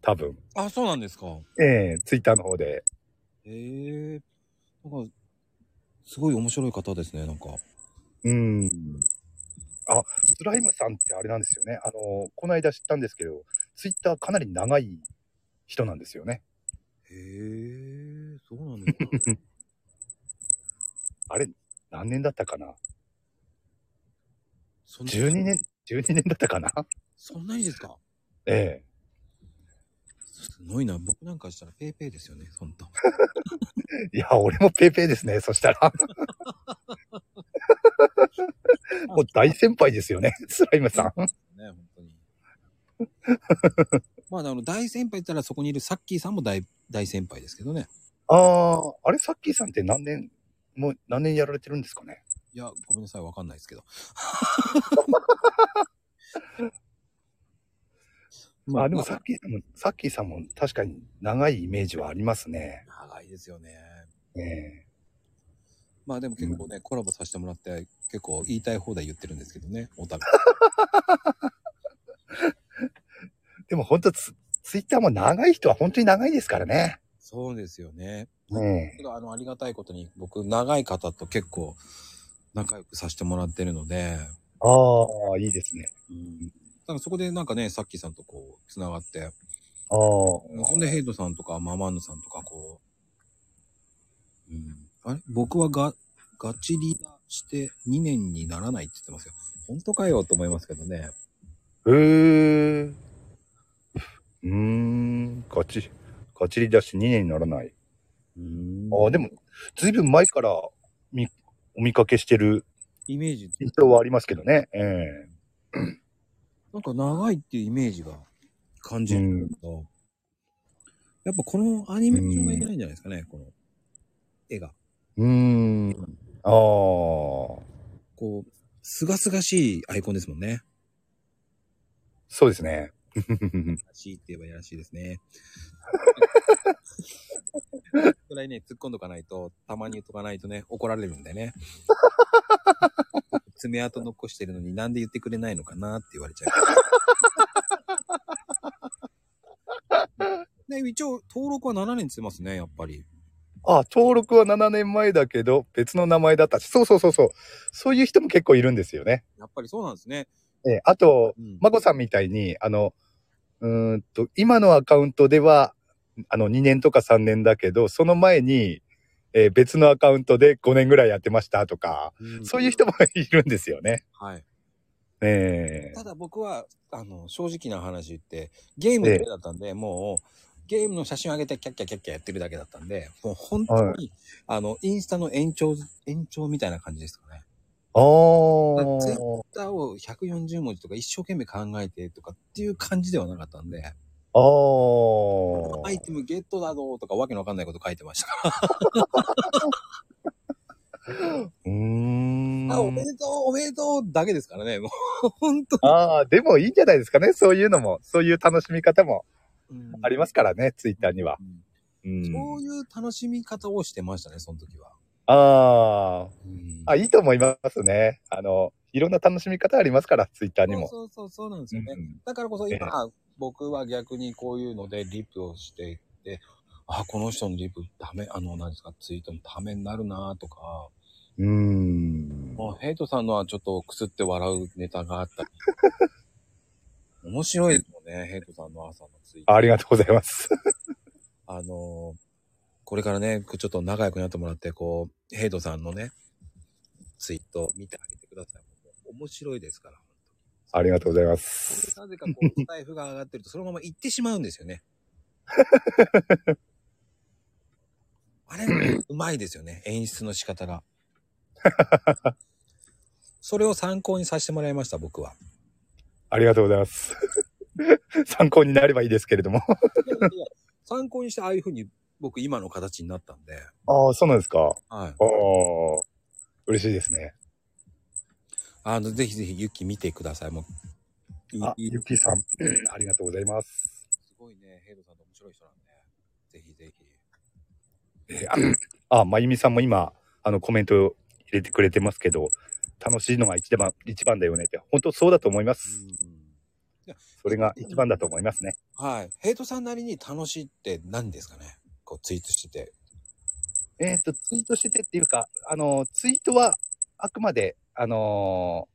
Speaker 2: 多分。
Speaker 1: あ、そうなんですか。
Speaker 2: ええツイッターの方で。
Speaker 1: へえなんか、すごい面白い方ですね、なんか。
Speaker 2: うん。あ、スライムさんってあれなんですよね。あの、この間知ったんですけど、ツイッターかなり長い人なんですよね。
Speaker 1: へえそうなんです か。
Speaker 2: あれ、何年だったかな
Speaker 1: そんな
Speaker 2: ?12 年、12年だったかな
Speaker 1: そんなにですか
Speaker 2: ええ
Speaker 1: すごいな。僕なんかしたらペーペーです よね、ほんと。
Speaker 2: いや、俺もペーペーですね。そした ら。もう大先輩ですよね。スライムさん。
Speaker 1: ね、本当に。 まあ、あの、大先輩って言ったらそこにいるサッキーさんも大、大先輩ですけどね。
Speaker 2: ああ、あれ、さっきーさんって何年、もう何年やられてるんですかね。
Speaker 1: いや、ごめんなさい、わかんないですけ ど。ま
Speaker 2: あ、でも
Speaker 1: ま
Speaker 2: さっきーさんも、さっきーさんも確かに長いイメージはありますね。
Speaker 1: 長いですよね。
Speaker 2: え
Speaker 1: まあでも結構ね、コラボさせてもらって、結構言いたい放題言ってるんですけどね、お互い。
Speaker 2: えでも本当ツ、ツイッターも長い人は本当に長いですからね。
Speaker 1: そうですよね。
Speaker 2: ね
Speaker 1: けどあの、ありがたいことに僕、長い方と結構仲良くさせてもらってるので、
Speaker 2: えああ、いいですね。うん、
Speaker 1: だからそこでなんかね、さっきさんとこう、つながって、
Speaker 2: ああ。
Speaker 1: そんでヘイトさんとかママンヌさんとかこう、うん、あれ僕はがガチリーダーして2年にならないって言ってますよ。本当かよと思いますけどね。
Speaker 2: へえ。うーん、ガチ、ガチリだし2年にならない。
Speaker 1: うん
Speaker 2: ああ、でも、ずいぶん前から見、お見かけしてる
Speaker 1: イメージ、
Speaker 2: 印象はありますけどね。ええ
Speaker 1: なんか長いっていうイメージが感じるんだけど、やっぱこのアニメーションがいけないんじゃないですかね、この絵が。
Speaker 2: うーん。ああ、
Speaker 1: こう、すがすがしいアイコンですもんね。
Speaker 2: そうですね。
Speaker 1: らしいって言えばいやらしいですね。くらいね、突っ込んどかないと、たまに言っとかないとね、怒られるんで ね。爪痕残してるのになんで言ってくれないのかなって言われちゃ う。ね、一応、登録は7年つってますね、やっぱり。
Speaker 2: あ、登録は7年前だけど、別の名前だったし、そうそうそうそう。そういう人も結構いるんですよね。
Speaker 1: やっぱりそうなんですね。
Speaker 2: ええあと、
Speaker 1: うん
Speaker 2: まこさんみたいに、あの、うーんと、今のアカウントでは、あの、2年とか3年だけど、その前に、えー別のアカウントで5年ぐらいやってましたとか、
Speaker 1: うん
Speaker 2: そういう人も いるんですよね。
Speaker 1: はい。
Speaker 2: ええ
Speaker 1: ただ僕は、あの、正直な話言って、ゲームだけだったんで、もう、ゲームの写真を上げてキャッキャキャッキャやってるだけだったんで、もう本当に、
Speaker 2: は
Speaker 1: あの、インスタの延長、延長みたいな感じですかね。
Speaker 2: あ
Speaker 1: 絶
Speaker 2: ー。
Speaker 1: 歌を140文字とか一生懸命考えてとかっていう感じではなかったんで、ア
Speaker 2: あ
Speaker 1: イ
Speaker 2: ー。
Speaker 1: テムゲットだぞとかわけのわかんないこと書いてましたか
Speaker 2: うーん
Speaker 1: ら、あ、おめでとう、おめでとうだけですからね、もう、本当に。
Speaker 2: ああ、でもいいんじゃないですかね。そういうのも、そういう楽しみ方もありますすからね、ツイッターには。う、
Speaker 1: そうんいう楽しみ方をしてましたね、その時は。
Speaker 2: あ
Speaker 1: うん
Speaker 2: あ、あ、いいと思いますね。あの、いろんな楽しみ方ありますから、ツイッターにも。
Speaker 1: そうそうそうそうなんです
Speaker 2: う
Speaker 1: よ
Speaker 2: ん
Speaker 1: ね。だからこそ
Speaker 2: ええ
Speaker 1: 今、僕は逆にこういうのでリップをしていって、あ、この人のリップため、あの、何ですか、ツイートのためになるなとか、
Speaker 2: うん。
Speaker 1: もうヘイトさんのはちょっとくすって笑うネタがあ ったり。面白いですもんね、ヘイトさんの朝のツイート。
Speaker 2: ありがとうございます。
Speaker 1: あのーこれからね、ちょっと仲良くなってもらって、こう、ヘイトさんのね、ツイートを見てあげてください。面白いですから。
Speaker 2: ありがとうございま
Speaker 1: こ
Speaker 2: す。
Speaker 1: れなぜかこう、スタイフが上がってると、そのまま行ってしまうんですよ ね。あれ、うまいですよね。演出の仕方が。それを参考にさせてもらいました、僕は。
Speaker 2: ありがとうございます。 参考になればいいですけれども。
Speaker 1: 参考にして、ああいうふうに僕、今の形になったんで。
Speaker 2: ああ、そうなんですか。
Speaker 1: はい。
Speaker 2: ああ、嬉しいですね。
Speaker 1: あの、ぜひぜひ、ユッキー見てください。もう、いい
Speaker 2: あ、
Speaker 1: いい
Speaker 2: ゆきさん、ありがとうございます。
Speaker 1: すごいね、ヘイドさんと面白い人なんで。ぜひぜひ。
Speaker 2: えーあ、あまゆみさんも今、あの、コメントを入れてくれてますけど、楽しいのが一番、一番だよねって、本当そうだと思います。
Speaker 1: うん
Speaker 2: それが一番だと思いますね。
Speaker 1: はい。ヘイトさんなりに楽しいって何ですかねこうツイートしてて。
Speaker 2: えっ、と、ツイートしててっていうか、あの、ツイートは、あくまで、あの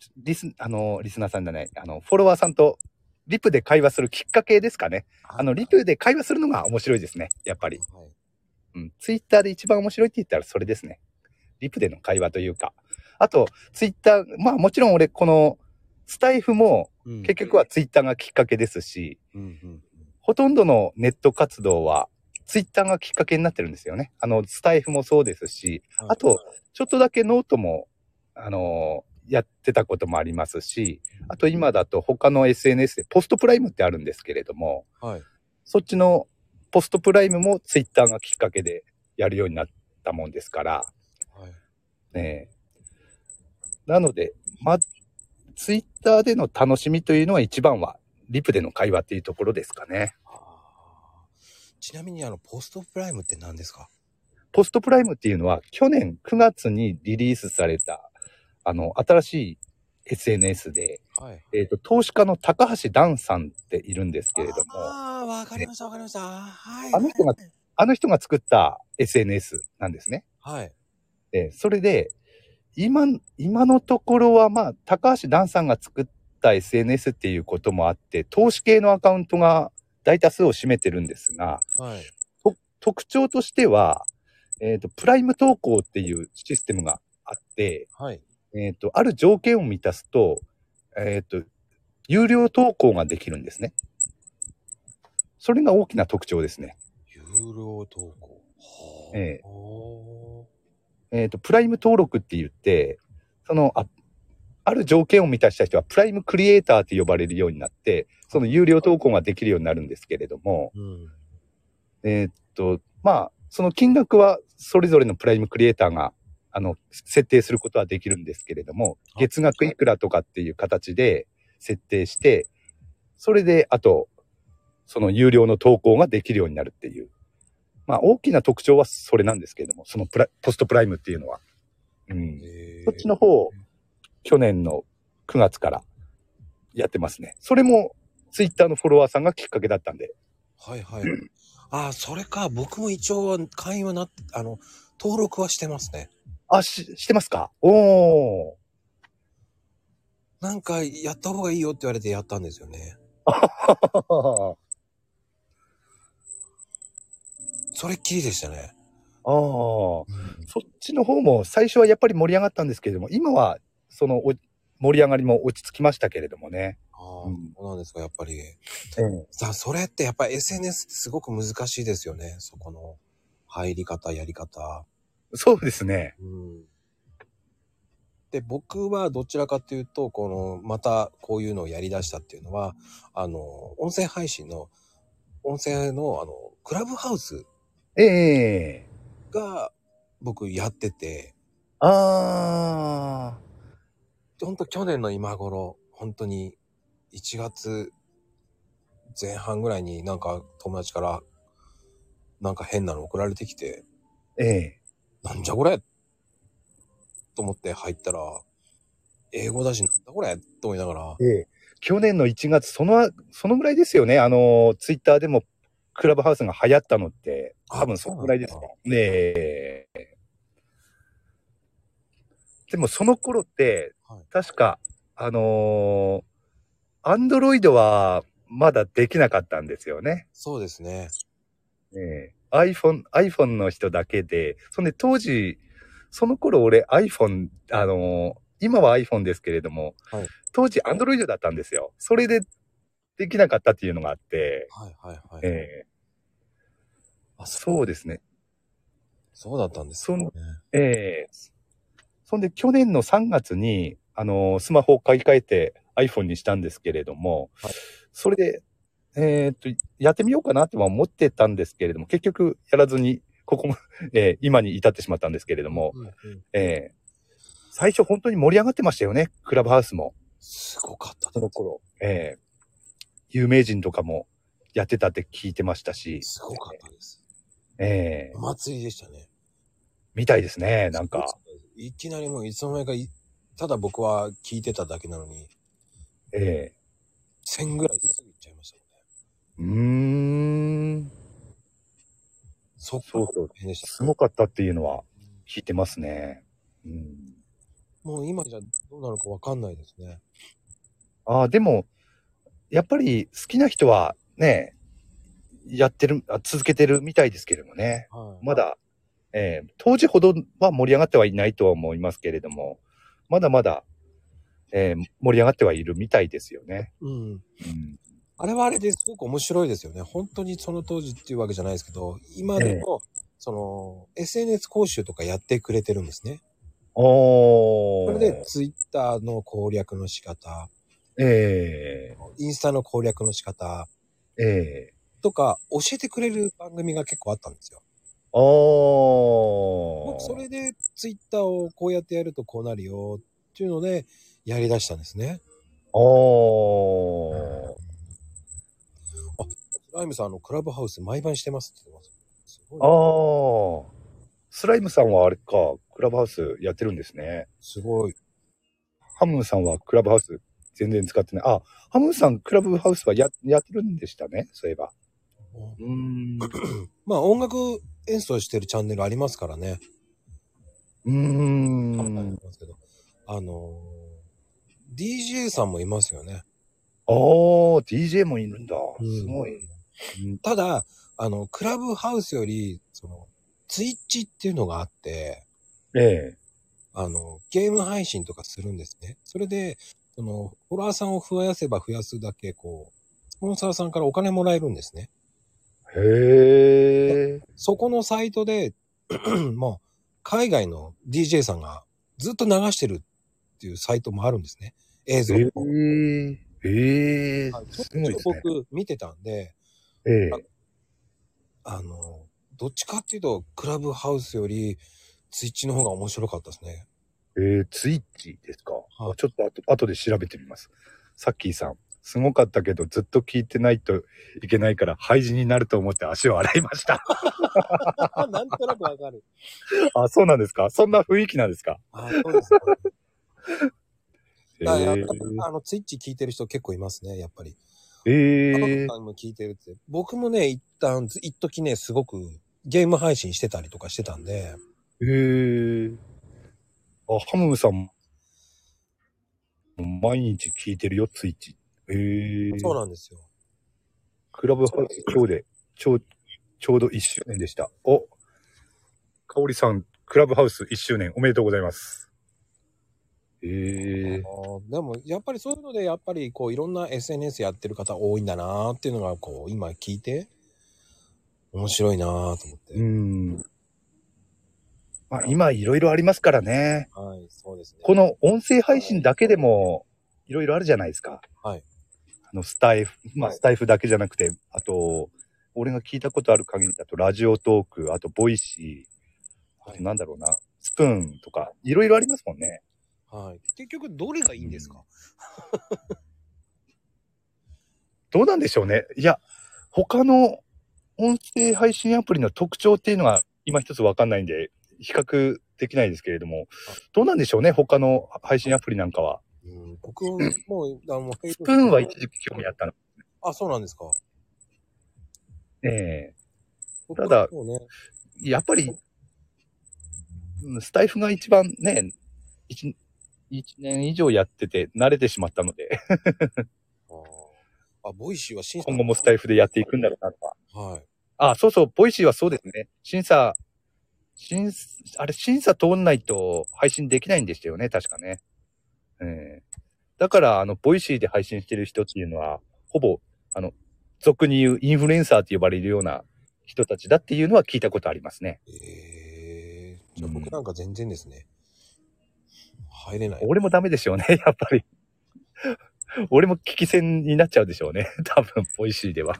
Speaker 2: ーリス、あのーリスナーさんじゃない、あの、フォロワーさんと、リプで会話するきっかけですかね。あの、リプで会話するのが面白いですね。やっぱり。
Speaker 1: はい。
Speaker 2: うん、ツイッターで一番面白いって言ったらそれですね。リプでの会話というか。あと、ツイッター、まあもちろん俺このスタイフも
Speaker 1: うん
Speaker 2: 結局はツイッターがきっかけですし、
Speaker 1: うんうん
Speaker 2: ほとんどのネット活動はツイッターがきっかけになってるんですよね。あの、スタイフもそうですし、
Speaker 1: うん
Speaker 2: あと、ちょっとだけノートも、あのやってたこともありますし、あと今だと他の SNS でポストプライムってあるんですけれども、
Speaker 1: はい。
Speaker 2: そっちのポストプライムもツイッターがきっかけでやるようになったもんですから、
Speaker 1: はい。
Speaker 2: ねえなので、ま、ツイッターでの楽しみというのは一番は、リプでの会話っていうところですかね。
Speaker 1: あーちなみに、あの、ポストプライムって何ですか
Speaker 2: ポストプライムっていうのは、去年9月にリリースされた、あの、新しい SNS で、
Speaker 1: はい。
Speaker 2: えっ、と、投資家の高橋段さんっているんですけれども、
Speaker 1: ああ、わかりました、わかりました。はい。
Speaker 2: あの人があの人が作った SNS なんですね。
Speaker 1: はい。
Speaker 2: で、それで、今、今のところは、まあ、高橋ダンさんが作った SNS っていうこともあって、投資系のアカウントが大多数を占めてるんですが、
Speaker 1: はい。
Speaker 2: と特徴としては、えっ、と、プライム投稿っていうシステムがあって、
Speaker 1: はい。
Speaker 2: えっ、と、ある条件を満たすと、えっ、と、有料投稿ができるんですね。それが大きな特徴ですね。
Speaker 1: 有料投稿。はあ
Speaker 2: ええ
Speaker 1: お
Speaker 2: えっ、と、プライム登録って言って、その、あ、ある条件を満たした人は、プライムクリエイターって呼ばれるようになって、その有料投稿ができるようになるんですけれども、
Speaker 1: ーうん。
Speaker 2: えっ、と、まあ、その金額は、それぞれのプライムクリエイターが、あの、設定することはできるんですけれども、月額いくらとかっていう形で設定して、それで、あと、その有料の投稿ができるようになるっていう。まあ、大きな特徴はそれなんですけれども、そのプラ、ポストプライムっていうのは。うん。
Speaker 1: ええ
Speaker 2: そっちの方を去年の9月からやってますね。それもツイッターのフォロワーさんがきっかけだったんで。
Speaker 1: はいはい。ああ、それか、僕も一応会員はなって、あの、登録はしてますね。
Speaker 2: あ、し、してますかおー。
Speaker 1: なんか、やった方がいいよって言われてやったんですよね。
Speaker 2: あ
Speaker 1: それっきりでしたね。
Speaker 2: あ。そっちの方も最初はやっぱり盛り上がったんですけれども、今はそのお盛り上がりも落ち着きましたけれどもね。
Speaker 1: ああ、
Speaker 2: うん
Speaker 1: そうなんですか、やっぱり。
Speaker 2: ええ
Speaker 1: さあ、それってやっぱ SNS ってすごく難しいですよね。そこの入り方、やり方。
Speaker 2: そうですね。
Speaker 1: うん。で、僕はどちらかというと、この、またこういうのをやり出したっていうのは、あの、音声配信の、音声の、あの、クラブハウス
Speaker 2: ええ
Speaker 1: が僕やってて、
Speaker 2: ああ。
Speaker 1: ほんと去年の今頃、本当に1月前半ぐらいになんか友達からなんか変なの送られてきて、
Speaker 2: ええ
Speaker 1: なんじゃこれと思って入ったら、英語だしなんだこれと思いながら、
Speaker 2: ええ去年の1月、その、そのぐらいですよね。あの、ツイッターでもクラブハウスが流行ったのって、多分そのぐらいですか
Speaker 1: あそう。
Speaker 2: ねえ。でもその頃って
Speaker 1: はい、
Speaker 2: 確か、あのアンドロイドはまだできなかったんですよね。
Speaker 1: そうですね。
Speaker 2: ええ iPhone、iPhone の人だけで、そんで当時、その頃俺 iPhone、あのー今は iPhone ですけれども、
Speaker 1: はい
Speaker 2: 当時 Android だったんですよ。それでできなかったっていうのがあって、
Speaker 1: はいはいはい。
Speaker 2: ええ
Speaker 1: あ
Speaker 2: そうですね。
Speaker 1: そうだったんですね。
Speaker 2: ええそんで去年の3月に、あのースマホを買い替えて iPhone にしたんですけれども、
Speaker 1: はい
Speaker 2: それで、えーっと、やってみようかなとは思ってたんですけれども、結局やらずに、ここも、 ええ今に至ってしまったんですけれども、
Speaker 1: うんうん
Speaker 2: ええ最初本当に盛り上がってましたよね。クラブハウスも。
Speaker 1: すごかったで
Speaker 2: その頃。ええ有名人とかもやってたって聞いてましたし。
Speaker 1: す。すごかったです。
Speaker 2: ええ
Speaker 1: お祭りでしたね。
Speaker 2: みたいですね。なんか。
Speaker 1: いきなりもういつの間にかい、ただ僕は聞いてただけなのに、
Speaker 2: ええ
Speaker 1: 1000ぐらいすぐ行っちゃいましたもんね。
Speaker 2: うーん。
Speaker 1: そっ
Speaker 2: そうそう。
Speaker 1: 変でした。
Speaker 2: すごかったっていうのは聞いてますね。うん。
Speaker 1: もう今じゃどうなるかわかんないですね。
Speaker 2: ああ、でも、やっぱり好きな人はね、やってる、あ続けてるみたいですけれどもね。
Speaker 1: はい。
Speaker 2: まだ、えー当時ほどは盛り上がってはいないとは思いますけれども、まだまだ、えー盛り上がってはいるみたいですよね。
Speaker 1: うん。
Speaker 2: うん、
Speaker 1: あれはあれですごく面白いですよね。本当にその当時っていうわけじゃないですけど、今でも、その、SNS 講習とかやってくれてるんですね。
Speaker 2: お
Speaker 1: そ
Speaker 2: ー
Speaker 1: れで、ツイッターの攻略の仕方、
Speaker 2: え
Speaker 1: インスタの攻略の仕方
Speaker 2: ー、え
Speaker 1: とか、教えてくれる番組が結構あったんですよ。
Speaker 2: ー、おー
Speaker 1: 僕それでツイッターをこうやってやるとこうなるよっていうのでやりだしたんですね。
Speaker 2: おー
Speaker 1: ライムさんあのクラブハウス毎晩してますって言ってます。すごい
Speaker 2: あ。ースライムさんはあれか、クラブハウスやってるんですね。
Speaker 1: すごい。
Speaker 2: ハムさんはクラブハウス全然使ってない。あ、ハムさんクラブハウスはややってるんでしたね、そういえば。うーん。
Speaker 1: まあ音楽演奏してるチャンネルありますからね。
Speaker 2: うー
Speaker 1: たまにあり
Speaker 2: ん。
Speaker 1: ますけど、あのー DJ さんもいますよね。
Speaker 2: ああ、DJ もいるんだ。
Speaker 1: うん
Speaker 2: すごい。
Speaker 1: ただ、あの、クラブハウスより、その、ツイッチっていうのがあって、
Speaker 2: ええ。
Speaker 1: あの、ゲーム配信とかするんですね。それで、その、フォロワーさんを増やせば増やすだけ、こう、スポンサーさんからお金もらえるんですね。
Speaker 2: へえ。
Speaker 1: そこのサイトで、 もう、海外の DJ さんがずっと流してるっていうサイトもあるんですね。映像
Speaker 2: え
Speaker 1: も。
Speaker 2: え。ええ
Speaker 1: はい。
Speaker 2: すごいですね。
Speaker 1: 僕見てたんで、
Speaker 2: ええ。
Speaker 1: あの、どっちかっていうと、クラブハウスより、ツイッチの方が面白かったですね。
Speaker 2: えー、ツイッチですか、
Speaker 1: はい
Speaker 2: ちょっと後後で調べてみます。サッキーさん、すごかったけどずっと聞いてないといけないから廃人になると思って足を洗いま した。
Speaker 1: なんとなくわかる。
Speaker 2: あ、そうなんですかそんな雰囲気なんですか
Speaker 1: あそうですね。
Speaker 2: え
Speaker 1: だから
Speaker 2: ー、
Speaker 1: あの、ツイッチ聞いてる人結構いますね、やっぱり。
Speaker 2: え
Speaker 1: あの
Speaker 2: ー
Speaker 1: さんも聞いてるって。僕もね、一旦、ず一時ね、すごくゲーム配信してたりとかしてたんで、
Speaker 2: えー、あ、ハムさんも毎日聞いてるよ、ツイッチ。えー、
Speaker 1: そうなんですよ。
Speaker 2: クラブハウス今日で、ちょう、ちょうど1周年でした。お、かおりさん、クラブハウス1周年おめでとうございます。ええ
Speaker 1: あのでも、やっぱりそういうので、やっぱりこう、いろんな SNS やってる方多いんだなーっていうのが、こう、今聞いて、面白いなーと思って。
Speaker 2: うん。まあ、今いろいろありますからね。
Speaker 1: はい、そうですね。
Speaker 2: この音声配信だけでもいろいろあるじゃないですか。
Speaker 1: はい。
Speaker 2: あの、スタイフ、まあ、
Speaker 1: はい
Speaker 2: スタイフだけじゃなくて、あと、俺が聞いたことある限りだと、ラジオトーク、あと、ボイシー、あとなんだろうな、スプーンとか、いろいろありますもんね。
Speaker 1: はい。結局、どれがいいんですか、
Speaker 2: どうなんでしょうね。いや、他の音声配信アプリの特徴っていうのが今一つわかんないんで、比較できないですけれども、どうなんでしょうね、他の配信アプリなんかは。
Speaker 1: うん、僕も、もう、あの、
Speaker 2: スプーンは一時期興味あったの。
Speaker 1: あ、そうなんですか。
Speaker 2: ええ
Speaker 1: 僕
Speaker 2: ただ
Speaker 1: そうね、
Speaker 2: やっぱり、うんスタイフが一番ね、一一年以上やってて慣れてしまったので、
Speaker 1: あーあ、ボイシーは審査。
Speaker 2: 今後もスタイフでやっていくんだろうなとは
Speaker 1: はい。
Speaker 2: あ、そうそう、ボイシーはそうですね。審査、審査、あれ、審査通んないと配信できないんでしたよね、確かね。ええだから、あの、ボイシーで配信してる人っていうのは、ほぼ、あの、俗に言うインフルエンサーと呼ばれるような人たちだっていうのは聞いたことありますね。
Speaker 1: えー、じゃあ
Speaker 2: うん
Speaker 1: 僕なんか全然ですね。入れない。
Speaker 2: 俺もダメでしょうね、 やっぱり。俺も危機戦になっちゃうでしょうね。多分、ボイシーでは。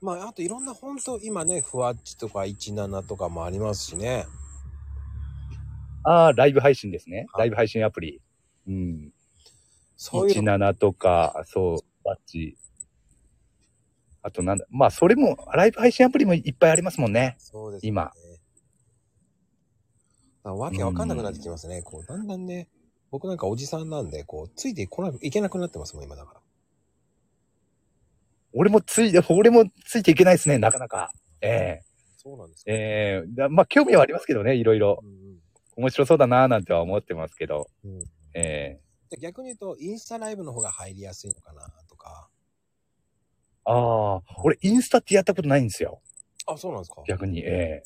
Speaker 1: まあ、あといろんな本当今ね、ふわっちとか17とかもありますしね。
Speaker 2: ああ、ライブ配信ですね。
Speaker 1: はい
Speaker 2: ライブ配信アプリ。うん。
Speaker 1: そういうの。
Speaker 2: 17とか、そう、バッチ。あとなんだ、まあそれも、ライブ配信アプリもいっぱいありますもんね。
Speaker 1: そうです、ね。
Speaker 2: 今。
Speaker 1: あわけわかんなくなってきますね。こう、だんだんね、僕なんかおじさんなんで、こう、ついてこなく、いけなくなってますもん、今だから。
Speaker 2: 俺もつい、俺もついていけないですね、なかなか。え
Speaker 1: そうなんです
Speaker 2: え
Speaker 1: か。
Speaker 2: ええだまあ興味はありますけどね、いろいろ。
Speaker 1: うんうん
Speaker 2: 面白そうだなぁなんては思ってますけど。
Speaker 1: うん
Speaker 2: ええ
Speaker 1: で逆に言うと、インスタライブの方が入りやすいのかな、とか。
Speaker 2: ああ、俺インスタってやったことないんですよ。
Speaker 1: あ、そうなんですか。
Speaker 2: 逆に、え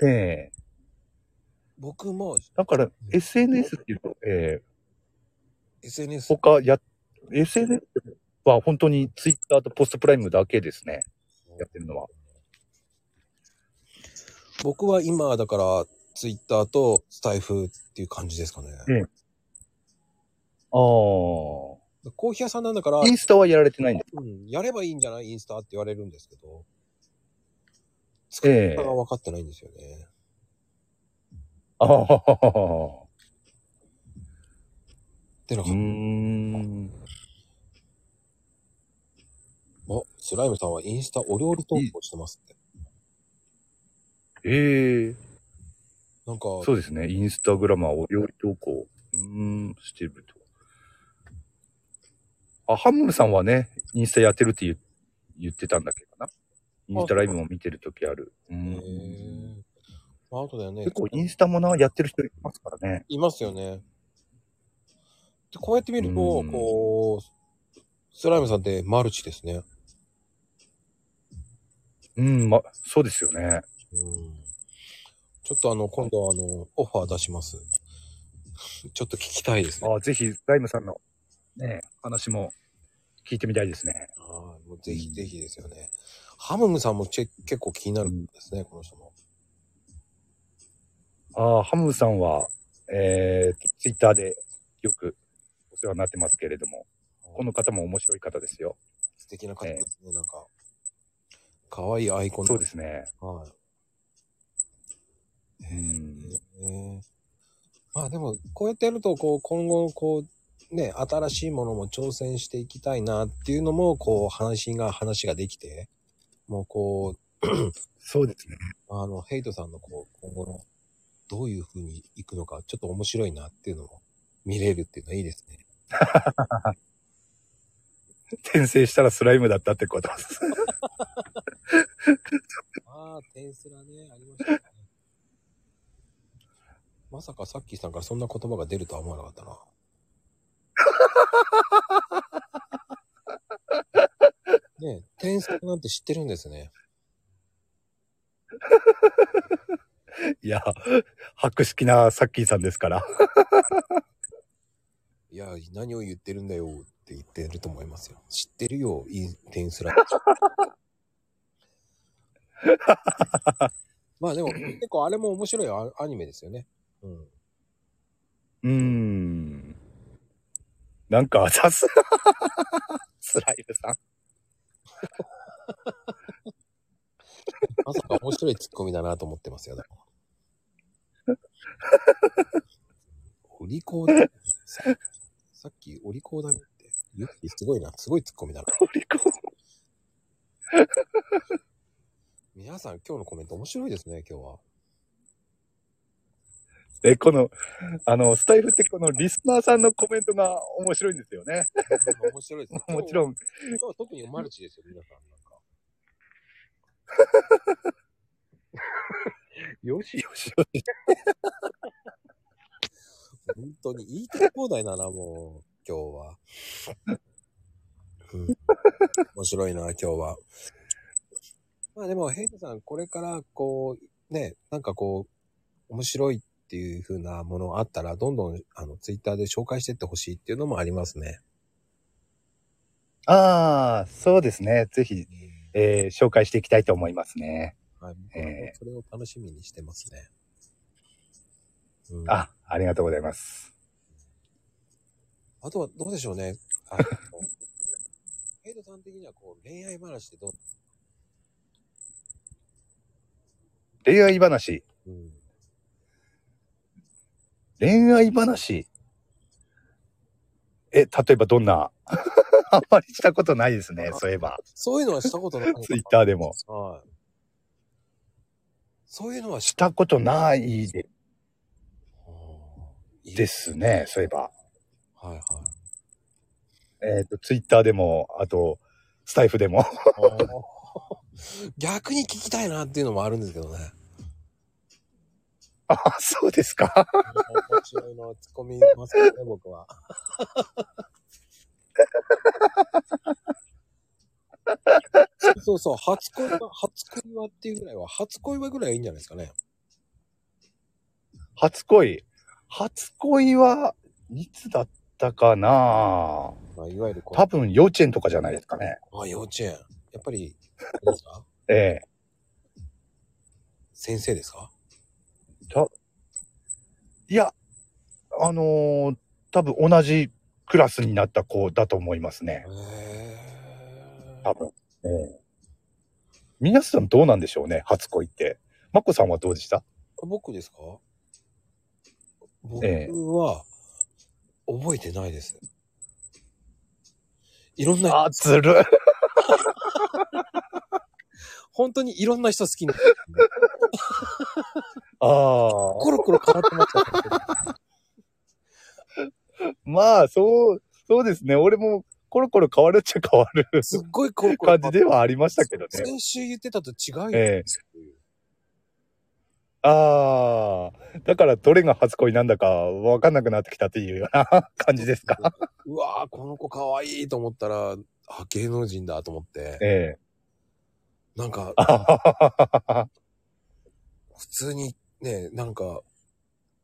Speaker 2: えええ
Speaker 1: 僕も
Speaker 2: だから、SNS っていうと、ええ
Speaker 1: SNS
Speaker 2: 他や、SNS は本当に Twitter とポストプライムだけですね。やってるのは。
Speaker 1: 僕は今、だから、ツイッターとスタイフっていう感じですかね。
Speaker 2: うんああ。
Speaker 1: コーヒー屋さんなんだから、
Speaker 2: インスタはやられてないんです。
Speaker 1: うん、やればいいんじゃないインスタって言われるんですけど、使い
Speaker 2: ええ
Speaker 1: 方が分かってないんですよね。
Speaker 2: ああ。
Speaker 1: ってのが、
Speaker 2: うーん。
Speaker 1: おスライムさんはインスタお料理投稿してますって。
Speaker 2: ええ
Speaker 1: なんか、
Speaker 2: そうですね。インスタグラマーお料理投稿。うーん、してると。あ、ハムさんはね、インスタやってるって言言ってたんだっけどな。インスタライブも見てるときある。う
Speaker 1: へ
Speaker 2: ん。
Speaker 1: ーまあ、あとだよね。
Speaker 2: 結構インスタもな、やってる人いますからね。
Speaker 1: いますよね。で、こうやって見ると、
Speaker 2: うん
Speaker 1: こう、スライムさんってマルチですね。
Speaker 2: うん、ま、そうですよね。
Speaker 1: うん。ちょっとあの、今度はあの、オファー出します。 ちょっと聞きたいですね。
Speaker 2: あぜひ、ライムさんの、ね、話も聞いてみたいですね。
Speaker 1: ああもうぜひぜひですよね。ハムムさんもチェ結構気になるんですね、この人も。
Speaker 2: ああ、ハムさんは、えー、ツイッターでよくお世話になってますけれども、この方も面白い方ですよ。
Speaker 1: 素敵な方ですね、なんか。可愛いアイコン。
Speaker 2: そうですすね。
Speaker 1: はい。
Speaker 2: うん。
Speaker 1: ねまあでも、こうやってやると、こう、今後、こう、ね、新しいものも挑戦していきたいなっていうのも、こう、話が、話ができて、もうこ
Speaker 2: そうですね。
Speaker 1: う、あの、ヘイトさんの、こう、今後の、どういう風にいくのか、ちょっと面白いなっていうのも見れるっていうのはいいですね。
Speaker 2: 転生したらスライムだったってこと。
Speaker 1: ああ、テンスラね、ありましたね。 まさかさっきさんからそんな言葉が出るとは思わなかった な。ねえ、テンスラなんて知ってるんですね。
Speaker 2: いや、博識なサッキーさんですから。
Speaker 1: いや、何を言ってるんだよって言ってると思いますよ。知ってるよ、いいテンスラ。まあでも、結構あれも面白いアアニメですよね。うん。
Speaker 2: うん。なんか、さ すが、スライムさん。
Speaker 1: まさか面白いツッコミだなと思ってますよ。だからお利口だ。ささっきお利口だねって。ユッキーすごいな。すごいツッコミだな。
Speaker 2: お利口
Speaker 1: 皆さん今日のコメント面白いですね、今日は。
Speaker 2: え、この、あの、スタイフってこのリスナーさんのコメントが面白いんですよね。
Speaker 1: 面白いですね。
Speaker 2: もちろ
Speaker 1: ん。
Speaker 2: ん。
Speaker 1: 今日は特にマルチですよ、皆さん。なんか。よし、
Speaker 2: よし
Speaker 1: 本当に言いたい放題だな、もう、今日は。うん、面白いな、今日は。まあでも、ヘイトさん、これから、こう、ね、なんかこう、面白いっていう風なものあったら、どんどん、あの、ツイッターで紹介してってほしいっていうのもありますね。
Speaker 2: ああ、そうですね。ぜひ、えー紹介していきたいと思いますね。
Speaker 1: はい、僕
Speaker 2: え
Speaker 1: はもう
Speaker 2: え
Speaker 1: それを楽しみにしてますね。うん、
Speaker 2: あ、ありがとうございます。
Speaker 1: あとはどうでしょうね。あのヘイトさん的にはこう恋愛話ってどう、
Speaker 2: 恋愛話。
Speaker 1: うん、
Speaker 2: 恋愛話。え、例えばどんな あんまりしたことないですね。そういえば。
Speaker 1: そういうのはしたことないのかな。
Speaker 2: ツイッターでも。
Speaker 1: はい。そういうのはし
Speaker 2: したことないで
Speaker 1: いい。
Speaker 2: ですすね。そういえば。
Speaker 1: はいはい。
Speaker 2: えっ、と、ツイッターでも、あと、スタイフでも。
Speaker 1: 逆に聞きたいなっていうのもあるんですけどね。
Speaker 2: あ、そうですか。
Speaker 1: 面白いのツッコミますけどね、僕は。そうそう、初恋は、初恋はっていうぐらいは、初恋はぐらいはいいんじゃないですかね。
Speaker 2: 初恋。初恋はいつだったかな
Speaker 1: まあ、いわゆるこう
Speaker 2: 多分幼稚園とかじゃないですかね。
Speaker 1: あ、幼稚園。やっぱ り、あれですか
Speaker 2: え
Speaker 1: 先生ですか
Speaker 2: えたいや、あのー多分同じクラスになった子だと思いますね
Speaker 1: へ。え
Speaker 2: 多分。ええ皆さんどうなんでしょうね、初恋って。まこさんはどうでした
Speaker 1: 僕ですか僕
Speaker 2: ええ
Speaker 1: は、覚えてないです。いろんな、
Speaker 2: あ、ずる。
Speaker 1: 本当にいろんな人好きな。
Speaker 2: ああ。
Speaker 1: コロコロ変わってました。
Speaker 2: まあ、そう、そうですね。俺もコロコロ変わるっちゃ変わる
Speaker 1: すっごいコロコロ
Speaker 2: 感じではありましたけどね。
Speaker 1: 先週言ってたと違うよ。
Speaker 2: ええああ、だからどれが初恋なんだかわかんなくなってきたっていうような感じですか。
Speaker 1: うわーこの子可愛いと思ったら、あ、芸能人だと思って、
Speaker 2: ええ。
Speaker 1: なんか、
Speaker 2: あははは
Speaker 1: 普通にね、なんか、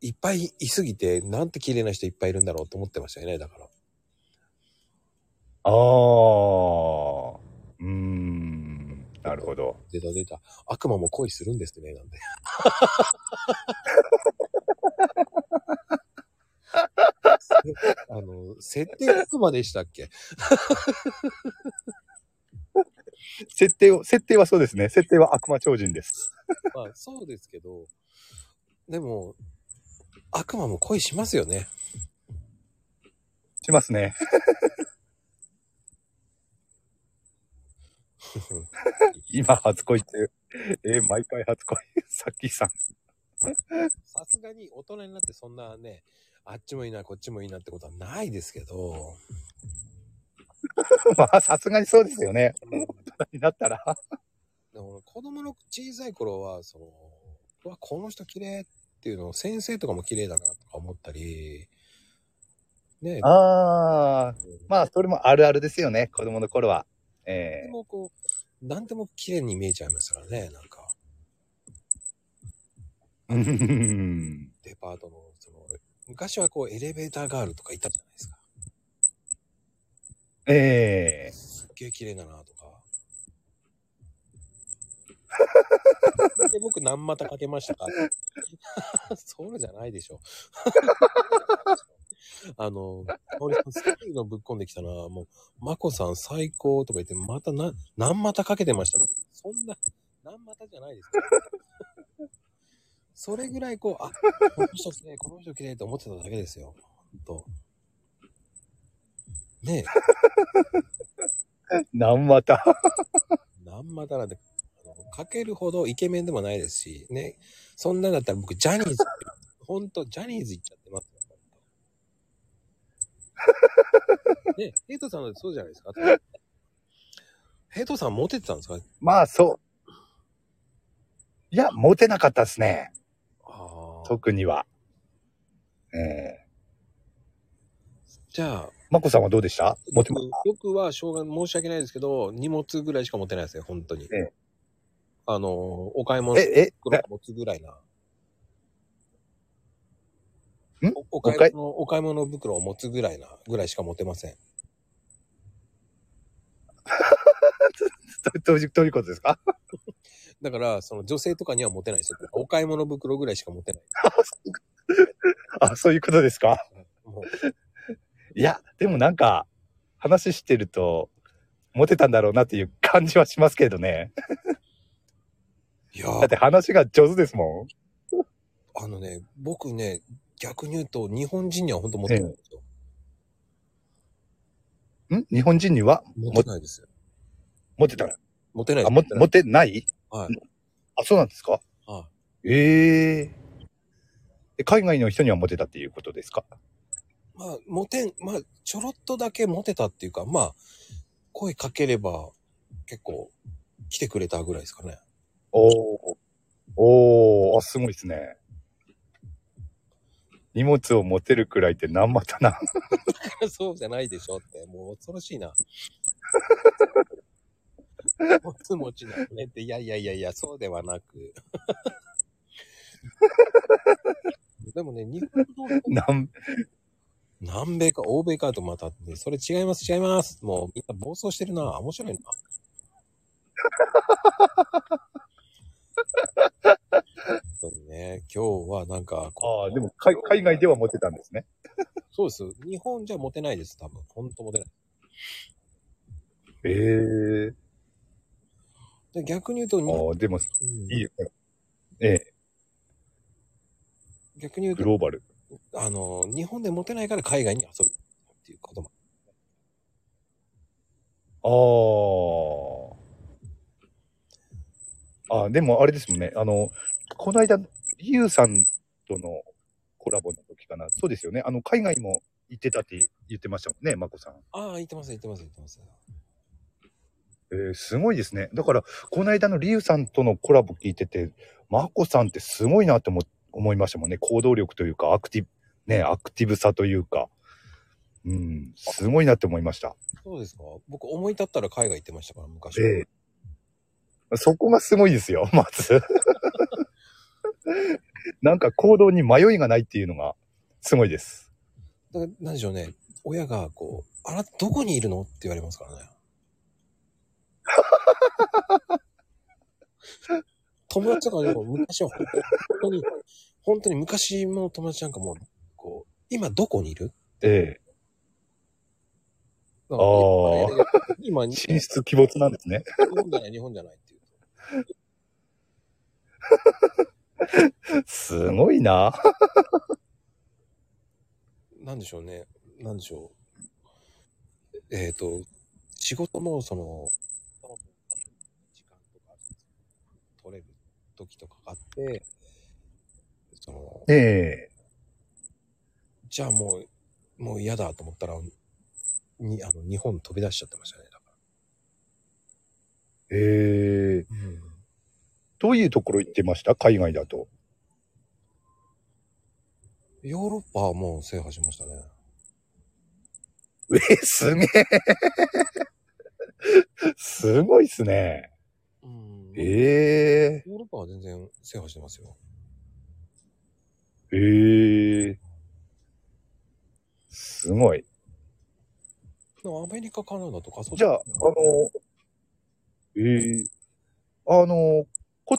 Speaker 1: いっぱいいすぎて、なんて綺麗な人いっぱいいるんだろうと思ってましたよね、だから。
Speaker 2: あー、うーん、なるほど。
Speaker 1: 出た出た。悪魔も恋するんです ね、なんて。あの、設定悪魔でしたっけ
Speaker 2: 設定を、設定はそうですね。設定は悪魔超人です。
Speaker 1: まあ、そうですけど、でも、悪魔も恋しますよね。
Speaker 2: しますね。今初恋中。 えー毎回初恋。 さっきさん。
Speaker 1: さすがに大人になってそんなね、あっちもいいな、こっちもいいなってことはないですけど、
Speaker 2: まあ、さすがにそうですよね。大人になったら。
Speaker 1: でも子供の小さい頃は、その、うわ、この人綺麗っていうのを先生とかも綺麗だなとか思ったり、ねえ、
Speaker 2: ああ、まあ、それもあるあるですよね。子供の頃は。え
Speaker 1: で
Speaker 2: ー
Speaker 1: もこう、なんでも綺麗に見えちゃいますからね、なんか、
Speaker 2: うん
Speaker 1: デパートの、その、昔はこう、エレベーターガールとかいたじゃないですか。
Speaker 2: ええ
Speaker 1: すっげえ綺麗だなとか。で僕何股かけましたか そうじゃないでしょ。 あの、香織さん、そういうのぶっこんできたな。もう、まこさん最高とか言って、またな、何股かけてました。そんな、何股じゃないですからそれぐらいこう、あ、この人綺麗、この人綺麗と思ってただけですよ。ほんと。ねえ。
Speaker 2: なんまた。
Speaker 1: なんまだらで、あのかけるほどイケメンでもないですし、ね。そんなんだったら僕、ジャニーズ、 ほんと、ジャニーズ行っちゃって ますよ。ね、ヘイトさんだってそうじゃないですか。 ヘイトさんモテてたんですか
Speaker 2: まあ、そう。いや、モテなかったですね。
Speaker 1: ああ。
Speaker 2: 特には。ええ
Speaker 1: じゃあ、
Speaker 2: まこさんはどうでしたモテま
Speaker 1: 僕僕はしょうが申し訳ないですけど、荷物ぐらいしか持てないですね、本当に。
Speaker 2: ええ
Speaker 1: あの、お買い物
Speaker 2: え、え、
Speaker 1: 袋持つぐらいな。
Speaker 2: ん
Speaker 1: おお買い物、お買い物袋を持つぐらいな、ぐらいしか持てません。
Speaker 2: どどういうどういうことですか
Speaker 1: だから、その女性とかには持てないですよ。お買い物袋ぐらいしか持てない。
Speaker 2: あ、そういうことですか
Speaker 1: も
Speaker 2: いや、でもなんか、話してると、モテたんだろうなっていう感じはしますけどね。
Speaker 1: ういや
Speaker 2: だっ
Speaker 1: ー
Speaker 2: て話が上手ですもん。
Speaker 1: あのね、僕ね、逆に言うと、日本人には本当持てないんですよ。
Speaker 2: ん日本人には
Speaker 1: 持てないですよ。
Speaker 2: モテたの
Speaker 1: 持てない
Speaker 2: あ、
Speaker 1: です
Speaker 2: もモテない
Speaker 1: はい。
Speaker 2: あ、そうなんですか
Speaker 1: は
Speaker 2: えええ海外の人にはモテたっていうことですか
Speaker 1: まあ、モテん、まあ、ちょろっとだけモテたっていうか、まあ、声かければ、結構、来てくれたぐらいですかね。
Speaker 2: おおおーあ、すごいですね。荷物を持てるくらいって何またな。
Speaker 1: そうじゃないでしょって、もう恐ろしいな。もつ持ちなのねって、いやいやいやいや、そうではなく。 でもね、日本の
Speaker 2: なん、
Speaker 1: 南米か欧米かとまたね、それ違います、違います。もうみんな暴走してるな。面白いな。本当にね、今日はなんかこ
Speaker 2: ああ、でも海海外ではモテたんですね。
Speaker 1: う、そうです。日本じゃモテないです、多分。ほんとモテない。
Speaker 2: ええ
Speaker 1: で逆に言うと日本、
Speaker 2: ああ、でもい
Speaker 1: うん
Speaker 2: いよね。ええ
Speaker 1: 逆に言う
Speaker 2: グ
Speaker 1: と、
Speaker 2: ローバル。
Speaker 1: あの、日本でモテないから海外に遊ぶっていうことも。
Speaker 2: ああ。ああ、でもあれですもんね。あの、この間、リュウさんとのコラボの時かな。そうですよね。あの、海外も行ってたって言ってましたもんね、まこさん。
Speaker 1: ああ、言ってます、言ってます、言ってます。
Speaker 2: えーすごいですね。だから、この間のリュウさんとのコラボ聞いてて、マコさんってすごいなって思思いましたもんね。行動力というか、アクティブ、ね、アクティブさというか。うん、すごいなって思いました。
Speaker 1: そうですか僕思い立ったら海外行ってましたから、昔。
Speaker 2: ええ。そこがすごいですよ、 まず。なんか行動に迷いがないっていうのがすごいです。
Speaker 1: だから、なんでしょうね。親が、こう、あなたどこにいるのって言われますからね。友達とかでも昔は本当に、本当に昔の友達なんかもう、こう、今どこにいる
Speaker 2: え
Speaker 1: あ
Speaker 2: ー
Speaker 1: 今、
Speaker 2: え。
Speaker 1: 日
Speaker 2: 進出鬼没なんですね。
Speaker 1: 本じゃない、日本じゃないっていう。
Speaker 2: すごいな。
Speaker 1: なんでしょうね。なんでしょう。えっ、と、仕事もその、時間とか、取れる時とかがあって、その、
Speaker 2: ええ。
Speaker 1: じゃあもう、もう嫌だと思ったら、に、あの、日本飛び出しちゃってましたね。だか
Speaker 2: ええ。
Speaker 1: ら。
Speaker 2: どういうところ行ってました海外だと。
Speaker 1: ヨーロッパはもう制覇しましたね。
Speaker 2: ええ、すげえ。すごいっすね。
Speaker 1: うんヨ
Speaker 2: え
Speaker 1: ーロッパは全然制覇してますよ。
Speaker 2: え。ええ。すごい。
Speaker 1: でもアメリカ、カナダとか、そっち
Speaker 2: じゃあ、あの、ええあの、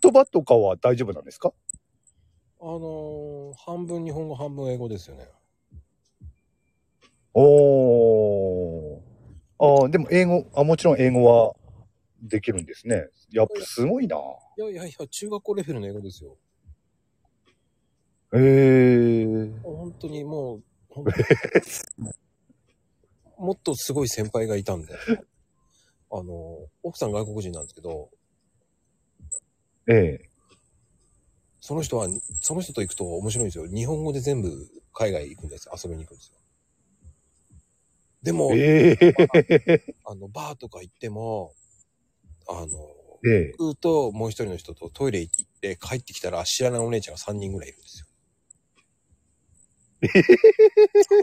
Speaker 2: 言葉とかは大丈夫なんですか
Speaker 1: あのー半分日本語、半分英語ですよね。
Speaker 2: おー。ああ、でも英語、あ、もちろん英語はできるんですね。やっぱすごいな。
Speaker 1: いやいやいや、中学校レベルの英語ですよ。
Speaker 2: ええ
Speaker 1: 本当にもう、本 当にもっとすごい先輩がいたんで。あの、奥さん外国人なんですけど、
Speaker 2: ええ
Speaker 1: その人は、その人と行くと面白いんですよ。日本語で全部海外行くんですよ。遊びに行くんですよ。でも、
Speaker 2: ええ
Speaker 1: あの、バーとか行っても、あの、
Speaker 2: ええ
Speaker 1: 僕ともう一人の人とトイレ行って帰ってきたら知らないお姉ちゃんが3人ぐらいいるんですよ。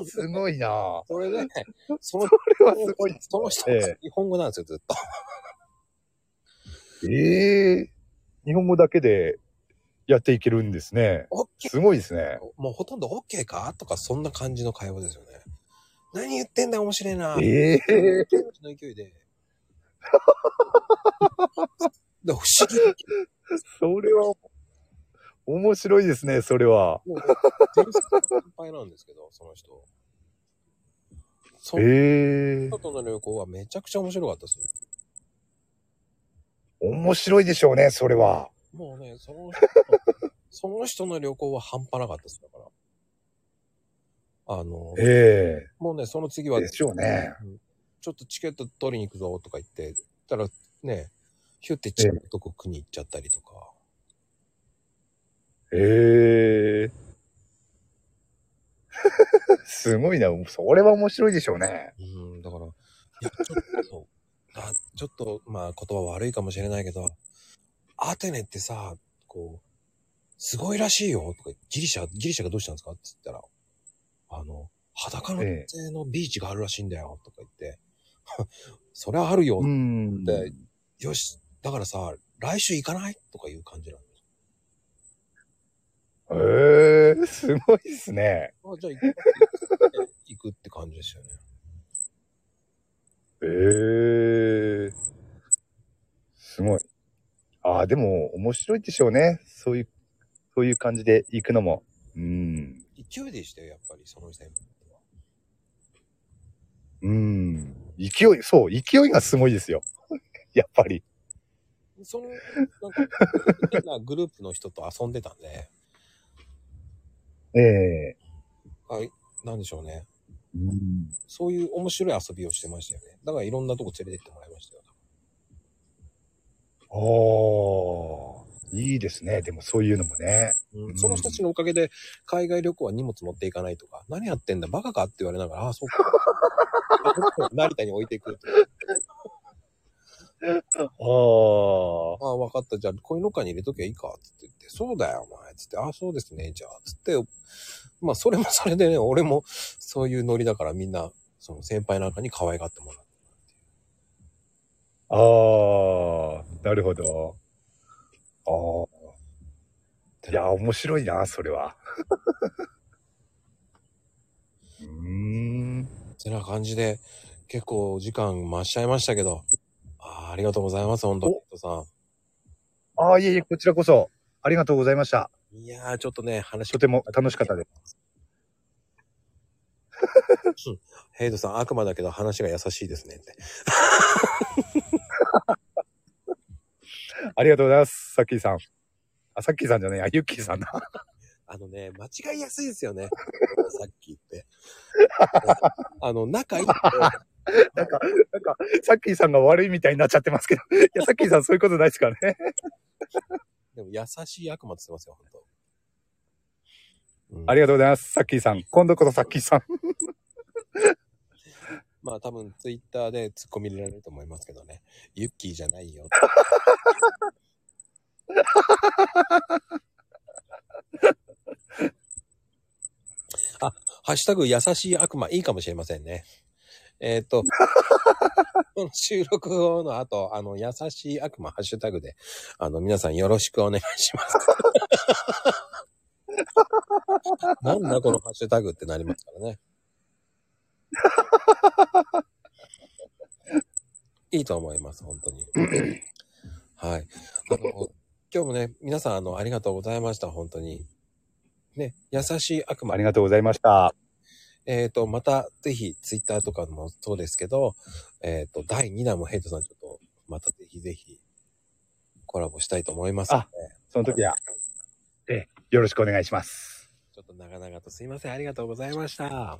Speaker 2: すごいな。
Speaker 1: そ
Speaker 2: こ
Speaker 1: れで、その
Speaker 2: れはすごい。
Speaker 1: その人
Speaker 2: え
Speaker 1: は日本語なんですよ、ずっと。
Speaker 2: ええ日本語だけでやっていけるんですね。
Speaker 1: オッケー
Speaker 2: すごいですね。
Speaker 1: もうほとんど OK かとか、そんな感じの会話ですよね。何言ってんだ、面白いな。
Speaker 2: ええ
Speaker 1: の勢いで。 だから不思議な
Speaker 2: それは、面白いですね、それは。
Speaker 1: もう、全然先輩なんですけど、その人。その
Speaker 2: ええ
Speaker 1: 人との旅行はめちゃくちゃ面白かったですね。
Speaker 2: 面白いでしょうね、それは。
Speaker 1: もうね、その人と、その 人の旅行は半端なかったですだから。あの、
Speaker 2: え
Speaker 1: もうね、その次
Speaker 2: え
Speaker 1: は、
Speaker 2: でしょうね。
Speaker 1: ちょっとチケット取りに行くぞとか言って、たらね、ヒュってチケットこ国行っちゃったりとか。
Speaker 2: ええ すごいな。それは面白いでしょうね。
Speaker 1: うん、だから、いや、ちょっと、あちょっと、まあ言葉悪いかもしれないけど、アテネってさ、こう、すごいらしいよとか、ギリシャ、ギリシャがどうしたんですかって言ったら、あの、裸の
Speaker 2: え
Speaker 1: 女
Speaker 2: え
Speaker 1: 性のビーチがあるらしいんだよとか言って、そりゃあるよって、
Speaker 2: ん
Speaker 1: でよし、だからさ、来週行かないとかいう感じなんです。
Speaker 2: ええすごいですね。
Speaker 1: あ、じゃあ行くかって言って行くって感じですよね。
Speaker 2: ええすごい。ああ、でも面白いでしょうね。そういう、そういう感じで行くのも。うん。
Speaker 1: 勢いでしたよ、やっぱり、その先輩は。
Speaker 2: うん。勢い、そう、勢いがすごいですよ。 やっぱり。
Speaker 1: その、 なんか、変なグループの人と遊んでたんで、
Speaker 2: ええ
Speaker 1: はい、なんでしょうね。
Speaker 2: うん
Speaker 1: そういう面白い遊びをしてましたよね。だからいろんなとこ連れてってもらいましたよ。
Speaker 2: ああ、いいですね。でもそういうのもね。
Speaker 1: う、
Speaker 2: うんん
Speaker 1: その人たちのおかげで、海外旅行は荷物持っていかないとか、何やってんだ、バカかって言われながら、ああ、そう か。成田に置いていくとか。
Speaker 2: ああ、
Speaker 1: あ、わかった。じゃあ、コインロッカーに入れときゃいいか。つって言って、そうだよ、お前。つって、あ、そうですね。じゃあ、つって、まあ、それもそれでね、俺もそういうノリだからみんな、その先輩なんかに可愛がってもらう。
Speaker 2: ああ、なるほど。ああ。いや、面白いな、それは。 うーん。
Speaker 1: てな感じで、結構お時間増しちゃいましたけど、あーありがとうございます、本当
Speaker 2: お
Speaker 1: に。ヘイトさ
Speaker 2: ああ、いえいえ、こちらこそ、ありがとうございました。
Speaker 1: ん。いやー、ちょっとね、話
Speaker 2: とても楽しかったです。
Speaker 1: ヘイトさん、悪魔だけど話が優しいですねって。
Speaker 2: ありがとうございます、さっきーさん。あ、さっきーさんじゃない、あ、ゆっきーさんだ。
Speaker 1: あのね、間違いやすいですよね。 さっき言って。あの、仲いいと、
Speaker 2: なんか、なんか、さっきーさんが悪いみたいになっちゃってますけど、 いや、さっきーさんそういうことないですからね。
Speaker 1: でも優しい悪魔って言ってますよ、本当。うん
Speaker 2: ありがとうございます、さっきーさん。今度こそさっきーさん。
Speaker 1: まあ多分ツイッターで突っ込み入れられると思いますけどね。ユッキーじゃないよ。あ、ハッシュタグ優しい悪魔いいかもしれませんね。えっ、と、この収録の後、あの、優しい悪魔ハッシュタグで、あの、皆さんよろしくお願いします。なんだこのハッシュタグってなりますからね。いいと思います、本当に。はい。あの、今日もね、皆さん、あの、ありがとうございました、本当に。ね、優しい悪魔
Speaker 2: ありがとうございました。
Speaker 1: えっ、と、また、ぜひ、ツイッターとかもそうですけど、えっ、と、第2弾もヘイトさん、ちょっと、またぜひぜひ、コラボしたいと思いますので、
Speaker 2: その時は、え、よろしくお願いします。
Speaker 1: ちょっと長々とすいません。ありがとうございました。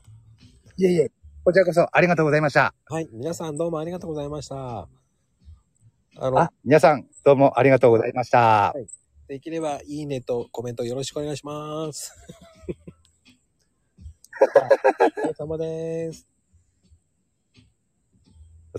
Speaker 2: いえいえ、こちらこそありがとうございました。
Speaker 1: はい、皆さんどうもありがとうございました。あの、
Speaker 2: あ、皆さん、どうもありがとうございました。
Speaker 1: できれば、いいねとコメントよろしくお願いします。お疲れ様です。